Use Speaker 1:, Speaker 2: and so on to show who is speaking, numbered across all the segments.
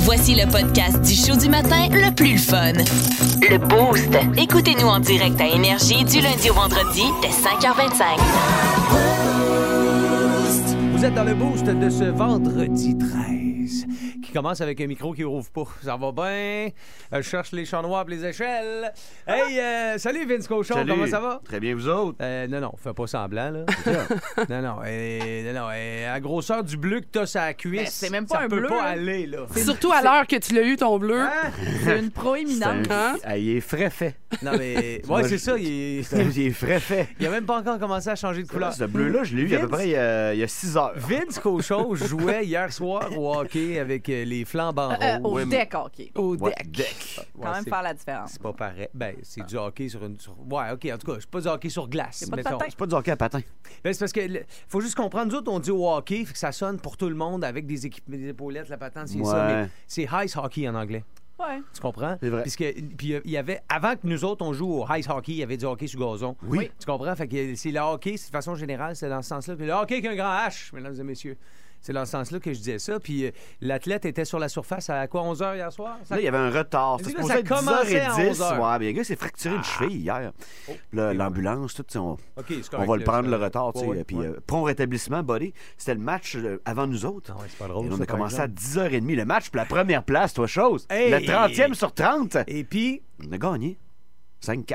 Speaker 1: Voici le podcast du show du matin le plus le fun. Le Boost. Écoutez-nous en direct à Énergie du lundi au vendredi dès 5h25.
Speaker 2: Vous êtes dans le boost de ce vendredi 13 qui commence avec un micro qui ouvre pas. Ça va bien. Euh, Je cherche les champs noirs pis les échelles. Hey, euh, salut Vince Cochon,
Speaker 3: Salut.
Speaker 2: comment ça va?
Speaker 3: Très bien, vous autres.
Speaker 2: Euh, non, non, fais pas semblant, là. non, non, euh, non, non, euh, à grosseur du bleu que t'as sa cuisse,
Speaker 4: Ben, c'est même pas
Speaker 2: ça
Speaker 4: un
Speaker 2: peut
Speaker 4: bleu,
Speaker 2: pas
Speaker 4: là.
Speaker 2: aller, là.
Speaker 5: Surtout à l'heure que tu l'as eu, ton bleu.
Speaker 2: Hein?
Speaker 4: C'est une proéminence.
Speaker 3: C'est un-
Speaker 5: Hein?
Speaker 3: Ah, il est frais fait.
Speaker 2: Non, mais... Ouais, c'est ça, il...
Speaker 3: C'est un- Il est frais fait.
Speaker 2: il a même pas encore commencé à changer de couleur.
Speaker 3: Ce bleu-là, je l'ai eu il y a à peu
Speaker 2: Vince-
Speaker 3: près euh, il y a 6 heures.
Speaker 2: Vince Cochon jouait hier soir au hockey avec euh, les flambants
Speaker 4: Euh,
Speaker 2: roses.
Speaker 4: au
Speaker 3: Ouais, mais-
Speaker 4: deck hockey.
Speaker 5: Au
Speaker 3: Ouais,
Speaker 5: deck.
Speaker 3: deck.
Speaker 2: Ouais,
Speaker 4: Quand même
Speaker 2: c'est-
Speaker 4: faire la différence. Ah.
Speaker 2: C'est pas pareil. Ben, c'est du hockey sur une. sur- Ouais, OK. En tout cas, je suis pas du hockey sur glace.
Speaker 4: C'est pas de
Speaker 2: mettons.
Speaker 4: patin.
Speaker 3: C'est pas du hockey à patin.
Speaker 2: Ben, c'est parce que le- faut juste comprendre. Nous autres, on dit au hockey, fait que ça sonne pour tout le monde avec des équipements, des épaulettes, la patente, c'est ça.
Speaker 3: Ouais.
Speaker 2: Mais c'est ice hockey en anglais.
Speaker 4: Ouais.
Speaker 2: Tu comprends?
Speaker 3: C'est vrai.
Speaker 2: Puisque, puis euh, il y avait, avant que nous autres, on joue au ice hockey, il y avait du hockey sur gazon.
Speaker 3: Oui.
Speaker 2: Tu comprends? Fait que c'est le hockey, c'est de façon générale, c'est dans ce sens-là. Puis le hockey avec un grand H, mesdames et messieurs. C'est dans ce sens-là que je disais ça. Puis euh, l'athlète était sur la surface à quoi, 11h hier soir? Ça-
Speaker 3: Là, il y avait un retard.
Speaker 2: Dis-le,
Speaker 3: C'était
Speaker 2: ça
Speaker 3: supposé être
Speaker 2: commençait à
Speaker 3: 10h10.
Speaker 2: 11 heures. Ah. Oh.
Speaker 3: Ouais, mais le gars s'est fracturé une cheville hier. Là, L'ambulance, tout, tu sais, on,
Speaker 2: OK, c'est
Speaker 3: on
Speaker 2: correct,
Speaker 3: va le
Speaker 2: là,
Speaker 3: prendre le
Speaker 2: ça-
Speaker 3: retard. tu sais,
Speaker 2: Ouais, ouais,
Speaker 3: puis,
Speaker 2: ouais.
Speaker 3: euh, prompt rétablissement, buddy. C'était le match euh, avant nous autres.
Speaker 2: Ah ouais, c'est pas drôle,
Speaker 3: Et on
Speaker 2: ça,
Speaker 3: a
Speaker 2: par
Speaker 3: commencé à
Speaker 2: exemple.
Speaker 3: 10h30 le match pour la première place, toi, chose.
Speaker 2: Hey!
Speaker 3: Le 30e sur 30.
Speaker 2: Et puis,
Speaker 3: On a gagné 5-4.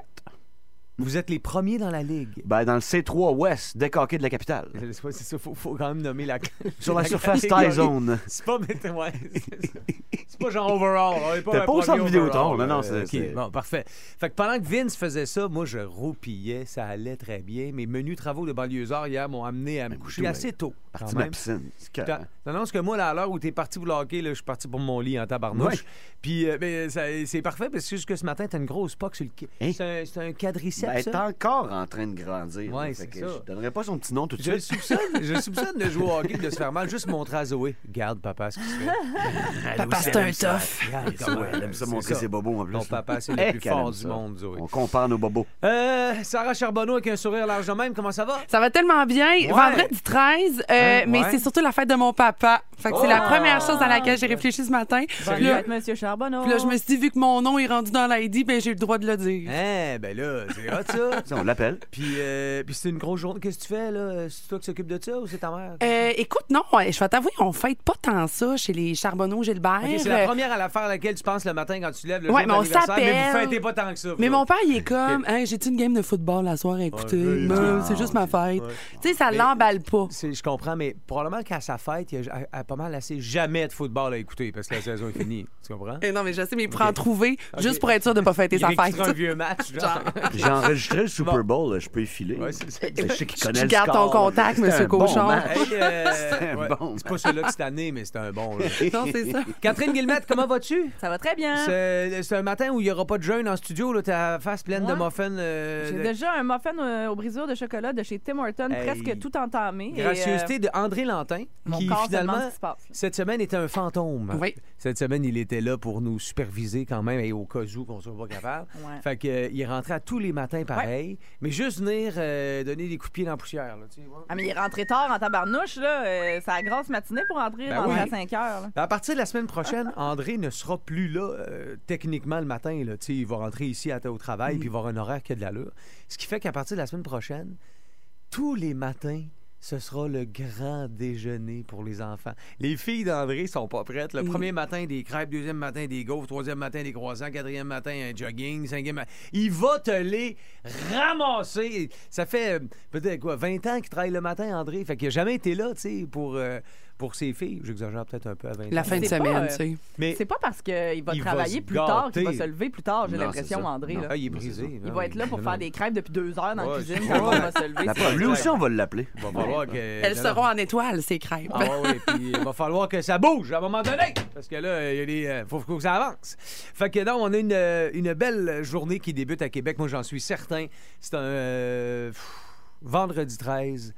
Speaker 2: Vous êtes les premiers dans la ligue.
Speaker 3: Ben, dans le C3 Ouest, décaqué de la capitale.
Speaker 2: C'est ça, faut, faut quand même nommer la.
Speaker 3: Sur la surface
Speaker 2: catégorie.
Speaker 3: Tie Zone.
Speaker 2: C'est pas, mais- ouais, c'est ça. C'est pas genre overall. on est
Speaker 3: T'es
Speaker 2: un
Speaker 3: pas au centre
Speaker 2: premier
Speaker 3: Vidéotron,
Speaker 2: overall,
Speaker 3: non, non, c'est-
Speaker 2: euh, ok,
Speaker 3: c'est-
Speaker 2: bon, parfait. Fait que pendant que Vince faisait ça, moi, je roupillais, ça allait très bien. Mes menus travaux de banlieusard hier m'ont amené à me
Speaker 3: Ben,
Speaker 2: coucher
Speaker 3: oui,
Speaker 2: assez tôt.
Speaker 3: Parti
Speaker 2: quand
Speaker 3: ma
Speaker 2: même.
Speaker 3: piscine. C'est que-
Speaker 2: T'as- T'annonces que moi, là, à l'heure où t'es parti pour le hockey, là, je suis parti pour mon lit en tabarnouche.
Speaker 3: Ouais.
Speaker 2: Puis euh, ben, ça- c'est parfait parce que jusque ce matin, t'as une grosse poque sur le. qui-
Speaker 3: Hein?
Speaker 2: C'est un, c'est un quadriceps.
Speaker 3: Ben, elle
Speaker 2: ça?
Speaker 3: est encore en train de grandir.
Speaker 2: Ouais,
Speaker 3: là,
Speaker 2: c'est
Speaker 3: fait que
Speaker 2: ça.
Speaker 3: Je donnerais pas son petit nom tout de
Speaker 2: Je le
Speaker 3: suite.
Speaker 2: soupçonne, je le soupçonne de jouer au hockey, de se faire mal, juste montrer à Zoé. Garde, papa, ce qu'il se fait.
Speaker 5: Papa, c'est un tough.
Speaker 2: Regarde comment-
Speaker 3: Elle aime ça
Speaker 2: c'est
Speaker 3: montrer ses bobos en plus.
Speaker 2: Ton
Speaker 3: là.
Speaker 2: papa, c'est le
Speaker 3: Eh,
Speaker 2: plus
Speaker 3: qu'elle
Speaker 2: fort
Speaker 3: aime
Speaker 2: du
Speaker 3: ça.
Speaker 2: monde, Zoé.
Speaker 3: On compare nos bobos.
Speaker 2: Euh, Sarah Charbonneau avec un sourire large de même, comment ça va?
Speaker 5: Ça va tellement bien. Vendredi 13, euh,
Speaker 2: Hein,
Speaker 5: mais
Speaker 2: ouais.
Speaker 5: c'est surtout la fête de mon papa. Fait que c'est la
Speaker 4: Oh!
Speaker 5: première chose à laquelle j'ai réfléchi ce matin. Puis
Speaker 4: Bonne
Speaker 5: là,
Speaker 4: fête, Monsieur Charbonneau.
Speaker 5: puis là, je me suis dit, vu que mon nom est rendu dans l'ID, ben, j'ai le droit de le dire.
Speaker 2: Hein, ben là, c'est hot, ça.
Speaker 3: Tu sais, on l'appelle.
Speaker 2: Puis, euh, puis c'est une grosse journée. Qu'est-ce que tu fais, là? C'est toi qui s'occupe de ça ou c'est ta mère?
Speaker 5: Euh, écoute, non, ouais, je vais t'avouer, on fête pas tant ça chez les Charbonneau-Gilbert.
Speaker 2: Ok, c'est la première à l'affaire à laquelle tu penses le matin quand tu te lèves le
Speaker 5: Ouais,
Speaker 2: jour
Speaker 5: mais on
Speaker 2: de l'anniversaire, mais vous
Speaker 5: s'appelle.
Speaker 2: fêtez pas tant que ça.
Speaker 5: Mais
Speaker 2: vous
Speaker 5: mon père, il est comme, Hey, j'ai-tu une game de football la soirée à écouter?
Speaker 2: oui,
Speaker 5: Non, c'est juste ma fête. Tu sais, ça l'emballe pas.
Speaker 2: C'est- je comprends, mais probablement qu'à sa fête, il y a, elle- elle a pas mal assez jamais de football à écouter parce que la saison est finie. Tu comprends?
Speaker 5: Eh non, mais je sais, mais il prend en trouver juste pour être sûr de pas fêter
Speaker 2: Il
Speaker 5: sa fête.
Speaker 2: réécoutera un vieux match. Genre.
Speaker 3: J'ai enregistré le Super
Speaker 2: Bon.
Speaker 3: Bowl, là, je peux y filer.
Speaker 2: Ouais, c'est ça.
Speaker 3: ben, Je sais qu'il
Speaker 5: Tu-
Speaker 3: connaît
Speaker 5: tu
Speaker 3: le
Speaker 5: gardes ton
Speaker 3: score,
Speaker 5: contact,
Speaker 3: là. C'était
Speaker 5: Monsieur
Speaker 3: un bon
Speaker 5: Cochon.
Speaker 3: match.
Speaker 2: Hey, euh,
Speaker 3: un
Speaker 2: ouais,
Speaker 3: bon
Speaker 2: C'est pas celui-là que cette année, mais c'est un bon. là.
Speaker 5: Non, c'est ça.
Speaker 2: Catherine Guillemette, comment vas-tu?
Speaker 4: Ça va très bien.
Speaker 2: C'est c'est un matin où il n'y aura pas de jeûne en studio, là, ta face pleine
Speaker 4: Moi?
Speaker 2: de muffins. euh,
Speaker 4: J'ai
Speaker 2: de-
Speaker 4: déjà un muffin euh, aux brisures de chocolat de chez Tim Hortons,
Speaker 2: Hey.
Speaker 4: presque tout entamé. et, euh,
Speaker 2: Gracieuseté de André Lantin,
Speaker 4: mon
Speaker 2: qui
Speaker 4: corps se demande
Speaker 2: finalement,
Speaker 4: ce qui se passe. là.
Speaker 2: cette semaine, était un fantôme.
Speaker 5: Oui.
Speaker 2: Cette semaine, il était là pour nous superviser quand même, et au cas où qu'on soit pas capable.
Speaker 4: Ouais.
Speaker 2: Fait que, euh, il rentrait à tous les matins pareil, mais juste venir euh, donner des coups de pied dans la poussière. Là, tu sais, ouais.
Speaker 4: Ah, mais il est rentré tard en tabarnouche, là. Euh, c'est la grosse matinée pour entrer
Speaker 2: Ben
Speaker 4: rentrer à
Speaker 2: oui.
Speaker 4: 5 heures. là.
Speaker 2: À partir de la semaine prochaine, André ne sera plus là euh, techniquement le matin. Là, Tu sais, il va rentrer ici à, au
Speaker 4: Mm.
Speaker 2: travail puis il va avoir un horaire qui a de l'allure. Ce qui fait qu'à partir de la semaine prochaine, tous les matins, ce sera le grand déjeuner pour les enfants. Les filles d'André sont pas prêtes.
Speaker 5: Mm.
Speaker 2: Le premier matin, des crêpes. Deuxième matin, des gaufres. Troisième matin, des croissants. Quatrième matin, un jogging. Cinquième matin. Il va te les ramasser. Ça fait euh, peut-être quoi, 20 ans qu'il travaille le matin, André. Fait qu'il n'a jamais été là, tu sais, pour, euh, pour ses filles. J'exagère peut-être un peu à 20
Speaker 5: La
Speaker 2: ans.
Speaker 5: fin de
Speaker 4: C'est pas,
Speaker 5: semaine,
Speaker 4: euh,
Speaker 5: tu sais.
Speaker 2: Mais
Speaker 4: C'est pas parce qu'il va
Speaker 2: Il va
Speaker 4: travailler
Speaker 2: se
Speaker 4: plus tard qu'il va
Speaker 2: gâter.
Speaker 4: se lever plus tard, j'ai
Speaker 3: Non,
Speaker 4: l'impression,
Speaker 3: c'est ça.
Speaker 4: André.
Speaker 3: Non.
Speaker 4: là.
Speaker 2: Ah, il est brisé.
Speaker 4: Il va être là pour faire des crêpes depuis deux heures dans la
Speaker 2: Ouais,
Speaker 4: cuisine
Speaker 2: c'est-
Speaker 4: quand
Speaker 2: Ouais.
Speaker 4: on va se lever.
Speaker 3: La
Speaker 4: c'est
Speaker 3: preuve,
Speaker 4: sûr.
Speaker 3: lui aussi, on va l'appeler.
Speaker 2: Il va falloir que.
Speaker 5: Elles
Speaker 2: Euh, Non,
Speaker 5: seront
Speaker 2: non.
Speaker 5: en étoile, ces crêpes.
Speaker 2: Ah oui, puis il va falloir que ça bouge à un moment donné. Parce que là, il y a des. euh, Faut faut que ça avance. Fait que non, on a une, euh, une belle journée qui débute à Québec. Moi, j'en suis certain. C'est un. euh, pff, vendredi 13.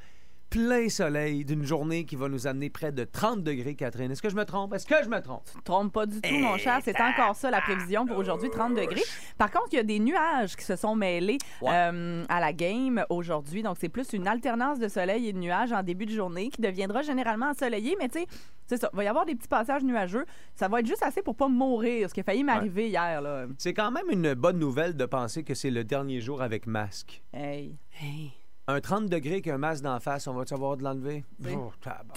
Speaker 2: plein soleil d'une journée qui va nous amener près de 30 degrés, Catherine. Est-ce que je me trompe? Est-ce que je me trompe?
Speaker 4: te trompe pas du tout, mon cher. C'est encore ça, la prévision pour aujourd'hui, 30 degrés. Par contre, il y a des nuages qui se sont mêlés euh, à la game aujourd'hui. Donc, c'est plus une alternance de soleil et de nuages en début de journée qui deviendra généralement ensoleillée. Mais tu sais, c'est ça. Il va y avoir des petits passages nuageux. Ça va être juste assez pour pas mourir, ce qui a failli m'arriver hier. Là.
Speaker 2: C'est quand même une bonne nouvelle de penser que c'est le dernier jour avec masque.
Speaker 4: Hey.
Speaker 5: Hey.
Speaker 2: Un 30 degrés qu'un masque d'en face, on va savoir de l'enlever? Oh, tabarnak.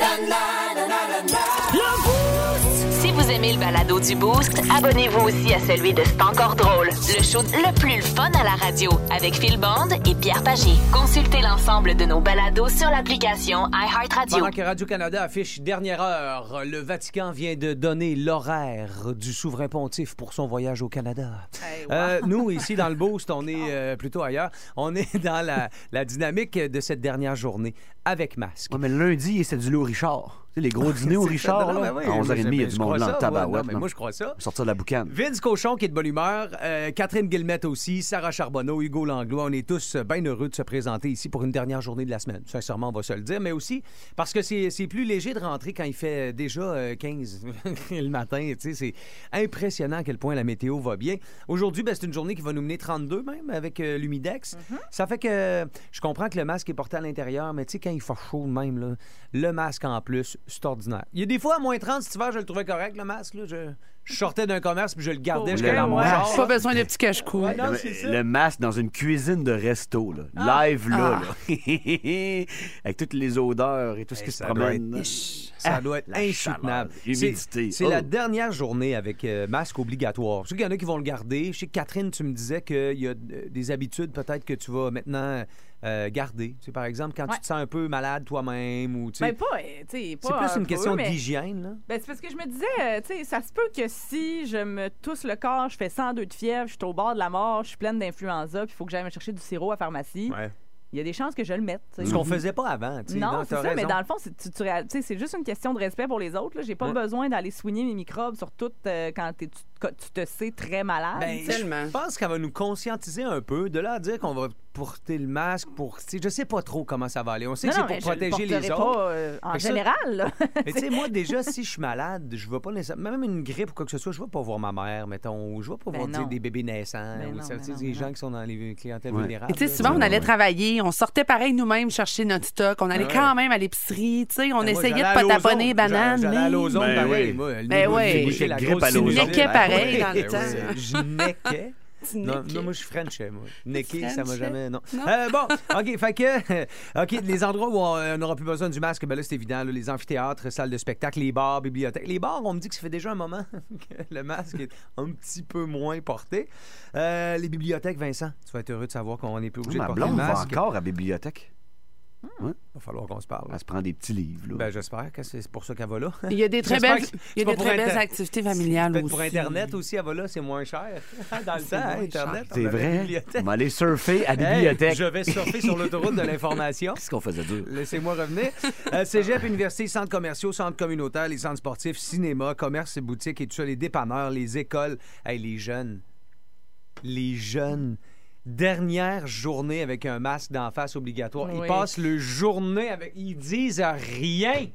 Speaker 1: Si vous aimez le balado du Boost, abonnez-vous aussi à celui de C'est encore drôle, le show le plus fun à la radio avec Phil Bond et Pierre Pagé. Consultez l'ensemble de nos balados sur l'application iHeartRadio.
Speaker 2: Pendant que Radio-Canada affiche dernière heure, le Vatican vient de donner l'horaire du souverain pontife pour son voyage au Canada.
Speaker 4: Hey,
Speaker 2: Euh, nous, ici, dans le Boost, on est euh, plutôt ailleurs. On est dans la, la dynamique de cette dernière journée avec masque.
Speaker 3: Ouais, mais le lundi, c'est du loup Richard. Tu sais, les gros dîners au Richard,
Speaker 2: Ah, Non,
Speaker 3: là,
Speaker 2: mais oui,
Speaker 3: à 11h30, il y a
Speaker 2: mais
Speaker 3: du
Speaker 2: je
Speaker 3: monde
Speaker 2: crois
Speaker 3: là
Speaker 2: ça,
Speaker 3: en
Speaker 2: ouais, non,
Speaker 3: tabarouette.
Speaker 2: mais
Speaker 3: là.
Speaker 2: moi, je crois ça.
Speaker 3: Sortir de la boucane.
Speaker 2: Vince Cochon qui est de bonne humeur, euh, Catherine Guillemette aussi, Sarah Charbonneau, Hugo Langlois, on est tous euh, bien heureux de se présenter ici pour une dernière journée de la semaine. Sincèrement, on va se le dire, mais aussi parce que c'est c'est plus léger de rentrer quand il fait déjà euh, 15 le matin. tu sais, C'est impressionnant à quel point la météo va bien. Aujourd'hui, ben, c'est une journée qui va nous mener 32 même avec euh, l'humidex. Ça fait que je comprends que le masque est porté à l'intérieur, mais tu sais, quand il fait chaud de même, là, le masque en plus, c'est ordinaire. Il y a des fois à moins 30 cet hiver, je le trouvais correct, le masque. là. je... je sortais d'un commerce puis je le gardais
Speaker 4: Pour
Speaker 2: jusqu'à
Speaker 4: vrai,
Speaker 2: dans mon
Speaker 4: ouais.
Speaker 2: char,
Speaker 5: Pas
Speaker 2: là.
Speaker 5: besoin de petits cache-cou.
Speaker 2: Ah, Ouais, non,
Speaker 3: Le-
Speaker 2: c'est ça. Ah.
Speaker 3: le masque dans une cuisine de resto, là. live là, là. avec toutes les odeurs et tout ce qui se
Speaker 2: ça doit
Speaker 3: promène. Ah,
Speaker 2: Ça doit être
Speaker 3: la chaleur,
Speaker 2: insoutenable. C'est
Speaker 3: l'humidité.
Speaker 2: c'est
Speaker 3: Oh.
Speaker 2: la dernière journée avec euh, masque obligatoire. Je sais qu'il y en a qui vont le garder. Je sais que Catherine, tu me disais qu'il y a euh, des habitudes peut-être que tu vas maintenant euh, garder. Tu sais, par exemple, quand
Speaker 4: Ouais.
Speaker 2: tu te sens un peu malade toi-même ou tu sais,
Speaker 4: Ben, pas, euh, tu sais,
Speaker 2: C'est
Speaker 4: pas
Speaker 2: plus
Speaker 4: un
Speaker 2: une
Speaker 4: peu,
Speaker 2: question
Speaker 4: mais-
Speaker 2: d'hygiène. là.
Speaker 4: Ben, c'est parce que je me disais, euh, tu sais, ça se peut que si je me tousse le corps, je fais 102 de fièvre, je suis au bord de la mort, je suis pleine d'influenza, puis il faut que j'aille me chercher du sirop à la pharmacie. Il y a des chances que je le mette. tu sais.
Speaker 2: Ce qu'on faisait pas avant. tu sais.
Speaker 4: Non, c'est
Speaker 2: t'as
Speaker 4: ça, mais
Speaker 2: raison.
Speaker 4: dans le fond, c'est tu- tu réal- tu sais, c'est juste une question de respect pour les autres. là. J'ai pas
Speaker 2: Ouais.
Speaker 4: besoin d'aller soigner mes microbes, surtout euh, quand t'es- tu, quand tu te sais très malade.
Speaker 2: Ben,
Speaker 4: tu sais.
Speaker 5: Tellement.
Speaker 2: Je pense qu'elle va nous conscientiser un peu. De là à dire qu'on va porter le masque pour. tu sais, Je sais pas trop comment ça va aller. On sait
Speaker 4: Non,
Speaker 2: que c'est
Speaker 4: non,
Speaker 2: pour
Speaker 4: mais je le
Speaker 2: protéger les
Speaker 4: porterai
Speaker 2: autres.
Speaker 4: pas, euh, en
Speaker 2: Fait que ça-
Speaker 4: général, là.
Speaker 2: Mais tu sais, moi, déjà, si je suis malade, je vais pas nécessairement. Même une grippe ou quoi que ce soit, je vais pas voir ma mère, mettons, ou je vais pas
Speaker 4: Ben
Speaker 2: voir tu sais,
Speaker 4: non.
Speaker 2: des bébés naissants,
Speaker 4: Ben
Speaker 2: ou
Speaker 4: non,
Speaker 2: ça,
Speaker 4: ben
Speaker 2: tu sais,
Speaker 4: non,
Speaker 2: des
Speaker 4: ben
Speaker 2: gens
Speaker 4: non.
Speaker 2: qui sont dans les clientèles
Speaker 3: Ouais.
Speaker 2: vulnérables.
Speaker 5: Mais tu sais,
Speaker 2: là.
Speaker 5: souvent, on allait
Speaker 3: ouais.
Speaker 5: travailler, on sortait pareil nous-mêmes chercher notre stock, on allait
Speaker 2: Ah, Ouais.
Speaker 5: quand même à l'épicerie, tu sais, on
Speaker 2: Ben, moi,
Speaker 5: essayait de
Speaker 2: j'allais
Speaker 5: pas
Speaker 2: à l'ozone.
Speaker 5: taponner les
Speaker 2: J'a-
Speaker 5: bananes.
Speaker 2: J'allais à
Speaker 5: mais-
Speaker 2: l'ozone,
Speaker 3: Ben
Speaker 2: pareil,
Speaker 3: oui.
Speaker 2: moi. le
Speaker 5: Ben
Speaker 2: niveau-
Speaker 5: oui.
Speaker 2: j'ai
Speaker 5: J'ai
Speaker 2: niqué
Speaker 3: une
Speaker 2: la
Speaker 3: grippe
Speaker 2: grosse
Speaker 3: à l'ozone.
Speaker 2: sinusite.
Speaker 5: Niquais pareil dans le
Speaker 2: Ben oui,
Speaker 5: temps.
Speaker 2: Je nequais.
Speaker 5: Tu
Speaker 2: Non,
Speaker 5: niquais.
Speaker 2: non, moi, je suis Frenchais, moi. Nequé,
Speaker 5: Tu
Speaker 2: ça m'a
Speaker 5: Frenchais?
Speaker 2: jamais. Non.
Speaker 5: hein? Non.
Speaker 2: Euh, bon, OK, fait que. OK, les endroits où on n'aura plus besoin du masque, ben là, c'est évident. là, les amphithéâtres, salles de spectacle, les bars, bibliothèques. Les bars, on me dit que ça fait déjà un moment que le masque est un petit peu moins porté. Euh, les bibliothèques, Vincent, tu vas être heureux de savoir qu'on n'est plus Eh, obligé
Speaker 3: Ah, Ma
Speaker 2: de porter le
Speaker 3: blonde va
Speaker 2: masque.
Speaker 3: encore à la bibliothèque.
Speaker 2: Il va falloir qu'on se parle.
Speaker 3: Elle se prend des petits livres, là.
Speaker 2: Ben, j'espère que c'est pour ça qu'elle va là.
Speaker 5: Il y a des très
Speaker 2: J'espère
Speaker 5: belles,
Speaker 2: que-
Speaker 5: il y
Speaker 2: c'est
Speaker 5: a
Speaker 2: pas
Speaker 5: des
Speaker 2: pour
Speaker 5: très
Speaker 2: Inter-
Speaker 5: belles activités familiales
Speaker 2: Peut-être
Speaker 5: aussi.
Speaker 2: pour Internet aussi, elle va là, c'est moins cher. Dans le temps, hein,
Speaker 5: moins cher.
Speaker 2: Internet. on
Speaker 3: C'est
Speaker 2: avait
Speaker 3: vrai.
Speaker 2: bibliothèque.
Speaker 3: On va aller surfer à la
Speaker 2: Hey,
Speaker 3: bibliothèque.
Speaker 2: je vais surfer sur l'autoroute de l'information.
Speaker 3: Qu'est-ce qu'on faisait dur?
Speaker 2: Laissez-moi revenir. Euh, cégep, université, centres commerciaux, centres communautaires, les centres sportifs, cinéma, commerce et boutiques et tout ça, les dépanneurs, les écoles. Hey, les jeunes. Les jeunes. Dernière journée avec un masque d'en face obligatoire. Ils
Speaker 4: Oui.
Speaker 2: passent le journée avec. Ils disent rien.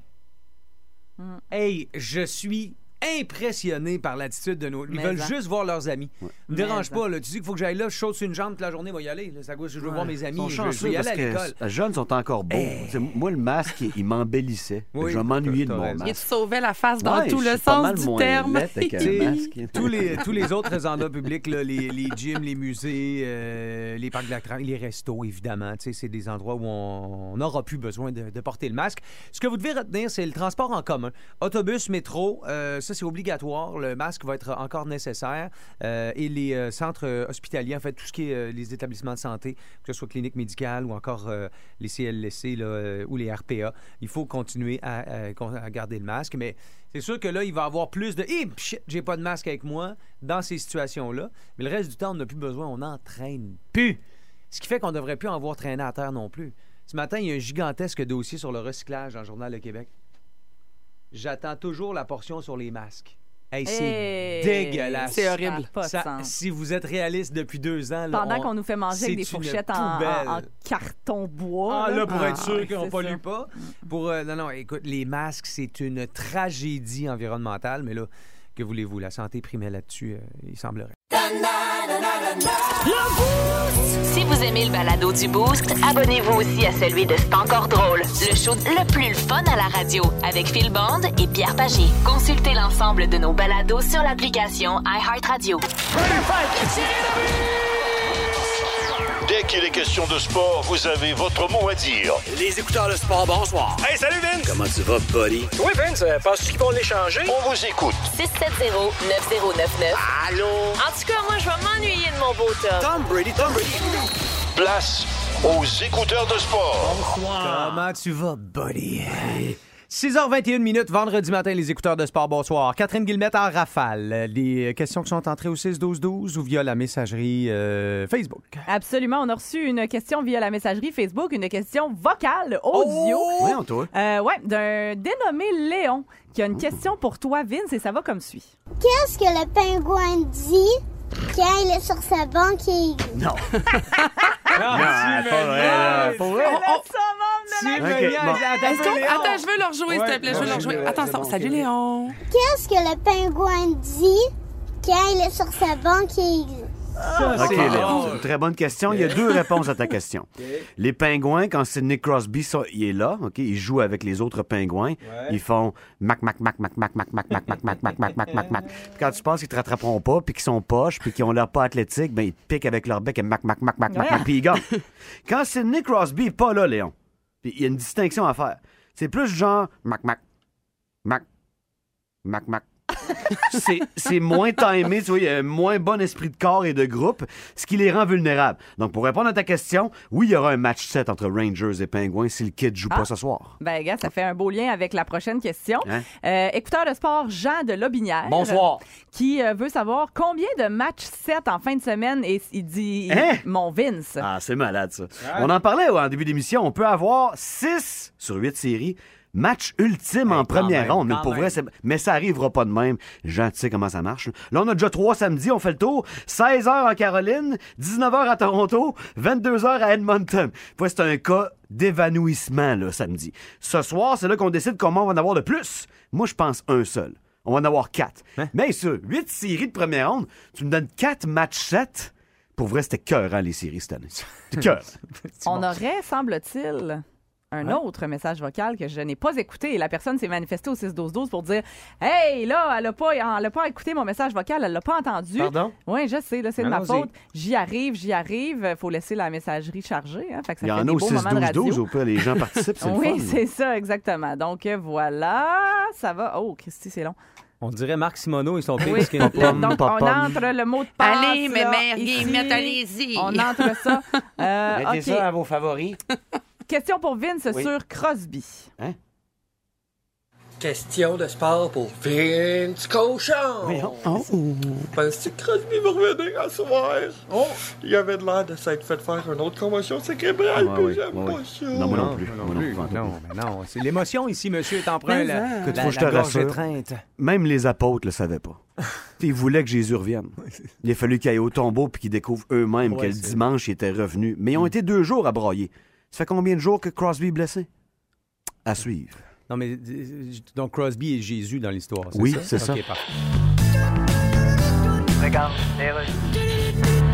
Speaker 4: Mm.
Speaker 2: Hey, je suis impressionné par l'attitude de nos. Ils
Speaker 4: Mais
Speaker 2: veulent
Speaker 4: en.
Speaker 2: juste voir leurs amis. Me dérange
Speaker 4: Mais en.
Speaker 2: pas, là. Tu dis qu'il faut que j'aille là, je saute sur une jambe toute la journée, moi, y aller. là. Ça, je veux voir mes
Speaker 3: Ils
Speaker 2: amis.
Speaker 3: sont
Speaker 2: Je, je veux
Speaker 3: chanceux
Speaker 2: y aller
Speaker 3: parce
Speaker 2: à
Speaker 3: que
Speaker 2: l'école.
Speaker 3: les jeunes sont encore beaux. Tu sais, Moi, le masque, il- il m'embellissait.
Speaker 2: Oui,
Speaker 3: je vais m'ennuyer de
Speaker 2: t'as
Speaker 3: mon
Speaker 2: raison.
Speaker 5: Il te
Speaker 3: masque.
Speaker 5: sauvait la face dans
Speaker 3: Ouais,
Speaker 5: tout
Speaker 3: je
Speaker 5: le
Speaker 3: suis pas
Speaker 5: sens
Speaker 3: mal
Speaker 5: du
Speaker 3: moins
Speaker 5: terme.
Speaker 3: laid avec un
Speaker 2: T'sais,
Speaker 3: masque.
Speaker 2: tous les, tous les autres endroits publics, là, les, les gyms, les musées, euh, les parcs d'attractions, les restos, évidemment. Tu sais, C'est des endroits où on on n'aura plus besoin de, de porter le masque. Ce que vous devez retenir, c'est le transport en commun. Autobus, métro, euh, ça, c'est obligatoire. Le masque va être encore nécessaire. Euh, et les euh, centres euh, hospitaliers, en fait, tout ce qui est euh, les établissements de santé, que ce soit clinique médicale ou encore euh, les CLSC là, euh, ou les RPA, il faut continuer à, à- con- à garder le masque. Mais c'est sûr que là, il va y avoir plus de Hé, shit, j'ai pas de masque avec moi dans ces situations-là. Mais le reste du temps, on n'a plus besoin, on n'entraîne plus. Ce qui fait qu'on devrait plus en voir traîner à terre non plus. Ce matin, il y a un gigantesque dossier sur le recyclage dans le Journal de Québec. J'attends toujours la portion sur les masques. Hey, c'est
Speaker 4: Hey!
Speaker 2: dégueulasse.
Speaker 5: C'est horrible.
Speaker 4: Pas de
Speaker 2: Ça-
Speaker 4: sens.
Speaker 2: si vous êtes réaliste depuis deux ans, là,
Speaker 4: Pendant
Speaker 2: on-
Speaker 4: qu'on nous fait manger avec des
Speaker 2: c'est une
Speaker 4: fourchettes en,
Speaker 2: poubelle.
Speaker 4: en- en carton bois.
Speaker 2: Ah, là, pour
Speaker 5: Ah,
Speaker 2: être sûr qu'on
Speaker 4: c'est
Speaker 2: ne pollue
Speaker 4: ça.
Speaker 2: pas. Pour, euh, non, non, écoute, les masques, c'est une tragédie environnementale, mais là, que voulez-vous? La santé primait là-dessus, euh, il semblerait.
Speaker 1: Si vous aimez le balado du Boost, abonnez-vous aussi à celui de C'est encore drôle, le show le plus fun à la radio avec Phil Bond et Pierre Pagé. Consultez l'ensemble de nos balados sur l'application iHeartRadio.
Speaker 6: Dès qu'il est question de sport, vous avez votre mot à dire.
Speaker 7: Les écouteurs de sport, bonsoir.
Speaker 8: Hey, salut Vince!
Speaker 7: Comment tu vas, buddy?
Speaker 8: Oui, Vince, euh, penses-tu qu'ils vont l'échanger?
Speaker 6: On vous écoute.
Speaker 1: 670-9099.
Speaker 7: Allô?
Speaker 9: En tout cas, moi, je vais m'ennuyer de mon beau top.
Speaker 7: Tom Brady, Tom Brady.
Speaker 6: Place aux écouteurs de sport.
Speaker 2: Comment tu vas, buddy? 6h21 minutes, vendredi matin, les écouteurs de sport, bonsoir. Catherine Guillemette en rafale. Des questions qui sont entrées au 6-12-12 ou via la messagerie euh, Facebook.
Speaker 4: Absolument. On a reçu une question via la messagerie Facebook, une question vocale, audio.
Speaker 3: Voyons, toi.
Speaker 4: Euh, ouais, d'un dénommé Léon qui a une question pour toi, Vince, et ça va comme suit.
Speaker 10: Qu'est-ce que le pingouin dit quand il est sur sa banque et il
Speaker 3: Ah, pas vrai, là. Pas vrai.
Speaker 2: Oh, Tu
Speaker 3: Ok,
Speaker 2: me
Speaker 3: bon.
Speaker 2: niaises, attends,
Speaker 5: Est-ce qu'on-
Speaker 2: Léon.
Speaker 5: Attends, je veux leur jouer, s'il te plaît. Je veux
Speaker 2: ouais,
Speaker 5: leur
Speaker 2: je
Speaker 5: jouer.
Speaker 2: vais-
Speaker 5: Attention,
Speaker 2: c'est bon,
Speaker 5: salut
Speaker 2: ok.
Speaker 5: Léon.
Speaker 10: Qu'est-ce que le pingouin dit quand il est sur sa banque et il
Speaker 11: Ah,
Speaker 2: Ça,
Speaker 3: OK,
Speaker 2: c'est-
Speaker 3: Léon, c'est une très bonne question. Il y a deux réponses à ta question. Les pingouins, quand Sidney Crosby ça, il est là, OK, il joue avec les autres pingouins, ils font mac, mac, mac, mac, mac, mac, mac, mac, mac, mac, mac, mac, mac, mac, mac. Puis quand tu penses qu'ils te rattraperont pas, puis qu'ils sont poches, puis qu'ils ont l'air pas athlétiques, ben ils te piquent avec leur bec et mac, mac, mac, mac, mac, mac, puis ils gagnent. Quand Sidney Crosby est pas là, Léon, puis il y a une distinction à faire. C'est plus genre mac, mac, mac, mac, mac. c'est c'est moins timé, tu vois, il y a un moins bon esprit de corps et de groupe, ce qui les rend vulnérables. Donc, pour répondre à ta question, oui, il y aura un match 7 entre Rangers et Penguins si le kid joue pas ce soir.
Speaker 4: Ben, gars, ça fait un beau lien avec la prochaine question.
Speaker 3: Hein?
Speaker 4: Euh, écouteur de sport Jean de Lobinière.
Speaker 7: Bonsoir.
Speaker 4: Qui euh, veut savoir combien de matchs 7 en fin de semaine et il dit
Speaker 3: Hein?
Speaker 4: mon Vince.
Speaker 3: Ah, c'est malade, ça. On en parlait ouais, en début d'émission, on peut avoir 6 sur 8 séries. Match ultime en première
Speaker 2: même,
Speaker 3: ronde. Mais
Speaker 2: quand
Speaker 3: pour vrai,
Speaker 2: même.
Speaker 3: c'est- mais ça arrivera pas de même. Jean, tu sais comment ça marche. là. Là, on a déjà trois samedis, on fait le tour. 16h en Caroline, 19h à Toronto, 22h à Edmonton. Puis c'est un cas d'évanouissement, là, samedi. Ce soir, c'est là qu'on décide comment on va en avoir le plus. Moi, je pense un seul. On va en avoir quatre.
Speaker 2: Hein?
Speaker 3: Mais sur huit séries de première ronde, tu me donnes quatre matchs 7. Pour vrai, c'était cœur, les séries cette année. C'était cœur.
Speaker 4: On aurait, semble-t-il, un autre message vocal que je n'ai pas écouté. Et la personne s'est manifestée au 6-12-12 pour dire Hey, là, elle n'a pas, elle a pas écouté mon message vocal, elle l'a pas entendu.
Speaker 3: Pardon?
Speaker 4: Oui, je sais, là, c'est de ma
Speaker 2: Allons-y.
Speaker 4: faute. J'y arrive, j'y arrive. faut laisser la messagerie chargée. hein. Fait que ça
Speaker 3: Il y
Speaker 4: fait
Speaker 3: en
Speaker 4: des
Speaker 3: a au
Speaker 4: beaux moments de
Speaker 3: 6-12-12
Speaker 4: radio.
Speaker 3: au pire, les gens participent, c'est
Speaker 4: Oui,
Speaker 3: le fun.
Speaker 4: c'est ça, exactement. Donc, euh, voilà, ça va. Oh, Christy, c'est long.
Speaker 2: On dirait Marc Simoneau et son
Speaker 4: Oui.
Speaker 2: père.
Speaker 4: Là,
Speaker 3: Popom,
Speaker 4: donc, on
Speaker 3: popom.
Speaker 4: entre le mot de passe.
Speaker 5: Allez,
Speaker 4: là,
Speaker 5: mes mères
Speaker 4: ici.
Speaker 5: guillemets, allez-y.
Speaker 4: On entre ça. Euh, OK.
Speaker 7: vos favoris.
Speaker 4: Question pour Vince
Speaker 7: Oui.
Speaker 4: sur Crosby.
Speaker 3: Hein?
Speaker 8: Question de sport pour Vince Cochon!
Speaker 2: Oh.
Speaker 8: Penses-tu que Crosby va revenir à soir? Oh! Il avait de l'air de s'être fait faire une autre convention cérébrale,
Speaker 2: Ah,
Speaker 3: Ouais,
Speaker 8: puis
Speaker 3: ouais,
Speaker 8: Ah, j'aime
Speaker 3: ouais,
Speaker 8: pas
Speaker 3: ouais.
Speaker 8: ça!
Speaker 3: Non, moi non plus. Moi non plus.
Speaker 2: Non, mais non. c'est- L'émotion ici, monsieur, est empreinte.
Speaker 5: Mais
Speaker 2: La,
Speaker 5: hein.
Speaker 2: la,
Speaker 3: Faut que je te
Speaker 2: la gorge
Speaker 3: rassure.
Speaker 2: étreinte.
Speaker 3: Même les apôtres le savaient pas. Ils voulaient que Jésus revienne. Il a fallu qu'ils aillent au tombeau puis qu'ils découvrent eux-mêmes que le dimanche, il était revenu. Mais ils
Speaker 4: Mm.
Speaker 3: ont été deux jours à broyer. Ça fait combien de jours que Crosby est blessé? À suivre.
Speaker 2: Non, mais euh, donc Crosby et Jésus dans l'histoire. c'est
Speaker 3: Oui,
Speaker 2: ça?
Speaker 3: c'est ça.
Speaker 2: Ok, parfait.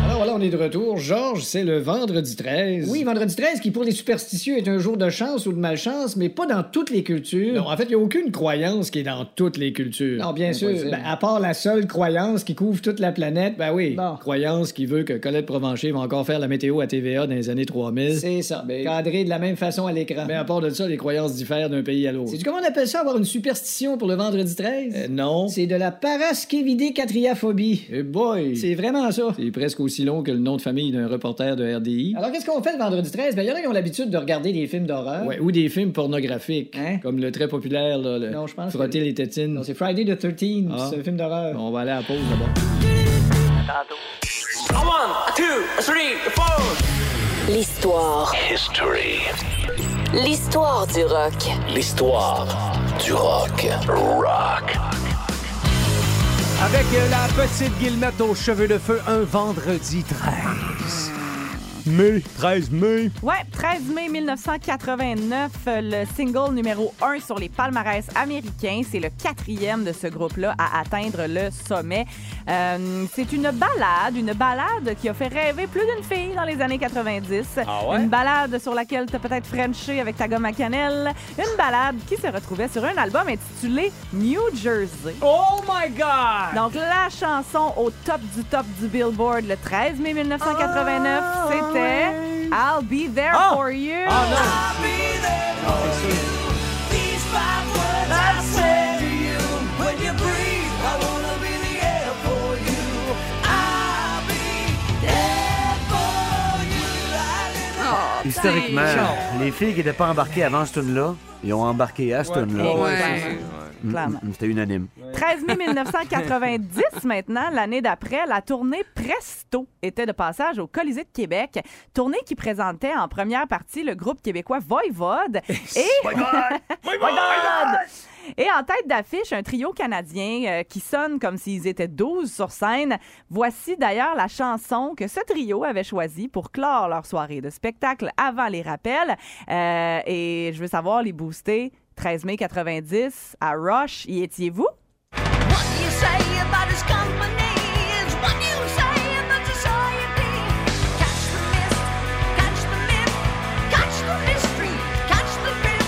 Speaker 12: Alors voilà, on est de retour. Georges, c'est le vendredi 13. Oui, vendredi 13 qui pour les superstitieux est un jour de chance ou de malchance, mais pas dans toutes les cultures. Non, en fait, il n'y a aucune croyance qui est dans toutes les cultures. Non, bien sûr. Ben, à part la seule croyance qui couvre toute la planète, ben oui. Croyance qui veut que Colette Provencher va encore faire la météo à TVA dans les années 3000. C'est ça, ben... Cadré de la même façon à l'écran. Mais à part de ça, les croyances diffèrent d'un pays à l'autre. C'est comment on appelle ça avoir une superstition pour le vendredi 13? non. C'est de la paraskevidécatriaphobie. Eh boy! C'est vraiment ça. C'est presque aussi long que le nom de famille d'un reporter de RDI. Alors, qu'est-ce qu'on fait le vendredi 13? Ben, il y en a qui ont l'habitude de regarder des films d'horreur. Ouais, ou des films pornographiques. Comme le très populaire, là, le Hein? Non, je pense. Frotter les tétines. Non, c'est Friday the 13 c'est un film d'horreur. On va aller à la pause, d'abord.
Speaker 7: One, two, three, four.
Speaker 9: L'histoire.
Speaker 6: History.
Speaker 9: L'histoire du rock.
Speaker 7: L'histoire du rock.
Speaker 6: Rock.
Speaker 2: Avec euh, la petite guillemette aux cheveux de feu, un vendredi 13 mai. 13 mai.
Speaker 4: Ouais, 13 mai 1989, euh, le single numéro 1 sur les palmarès américains. C'est le quatrième de ce groupe-là à atteindre le sommet. Euh, c'est une balade, une balade qui a fait rêver plus d'une fille dans les années 90.
Speaker 13: Ah ouais?
Speaker 4: Une balade sur laquelle t'as peut-être frenché avec ta gomme à cannelle. Une balade qui se retrouvait sur un album intitulé New Jersey.
Speaker 13: Oh my God!
Speaker 4: Donc, la chanson au top du top du Billboard le 13 mai 1989,
Speaker 13: Ah,
Speaker 4: c'était I'll Be There For You.
Speaker 8: Ah,
Speaker 3: Historiquement, les filles qui n'étaient pas embarquées avant ce tune-là, ils ont embarqué à ce
Speaker 4: Ouais,
Speaker 3: tune-là.
Speaker 4: ouais, ouais.
Speaker 3: Mm, mm,
Speaker 4: Clairement.
Speaker 3: mm, C'était unanime.
Speaker 4: 13 mai 1990 maintenant, l'année d'après, la tournée Presto était de passage au Colisée de Québec, tournée qui présentait en première partie le groupe québécois Voivode
Speaker 2: Oh
Speaker 4: et Voivode! Et en tête d'affiche, un trio canadien euh, qui sonne comme s'ils étaient 12 sur scène. Voici d'ailleurs la chanson que ce trio avait choisie pour clore leur soirée de spectacle avant les rappels. Euh, et je veux savoir, les booster 13 mai 90 à Rush, y étiez-vous?
Speaker 13: You say about his company is what you say about society. Catch the mist, catch the myth, catch the mystery, catch the myth.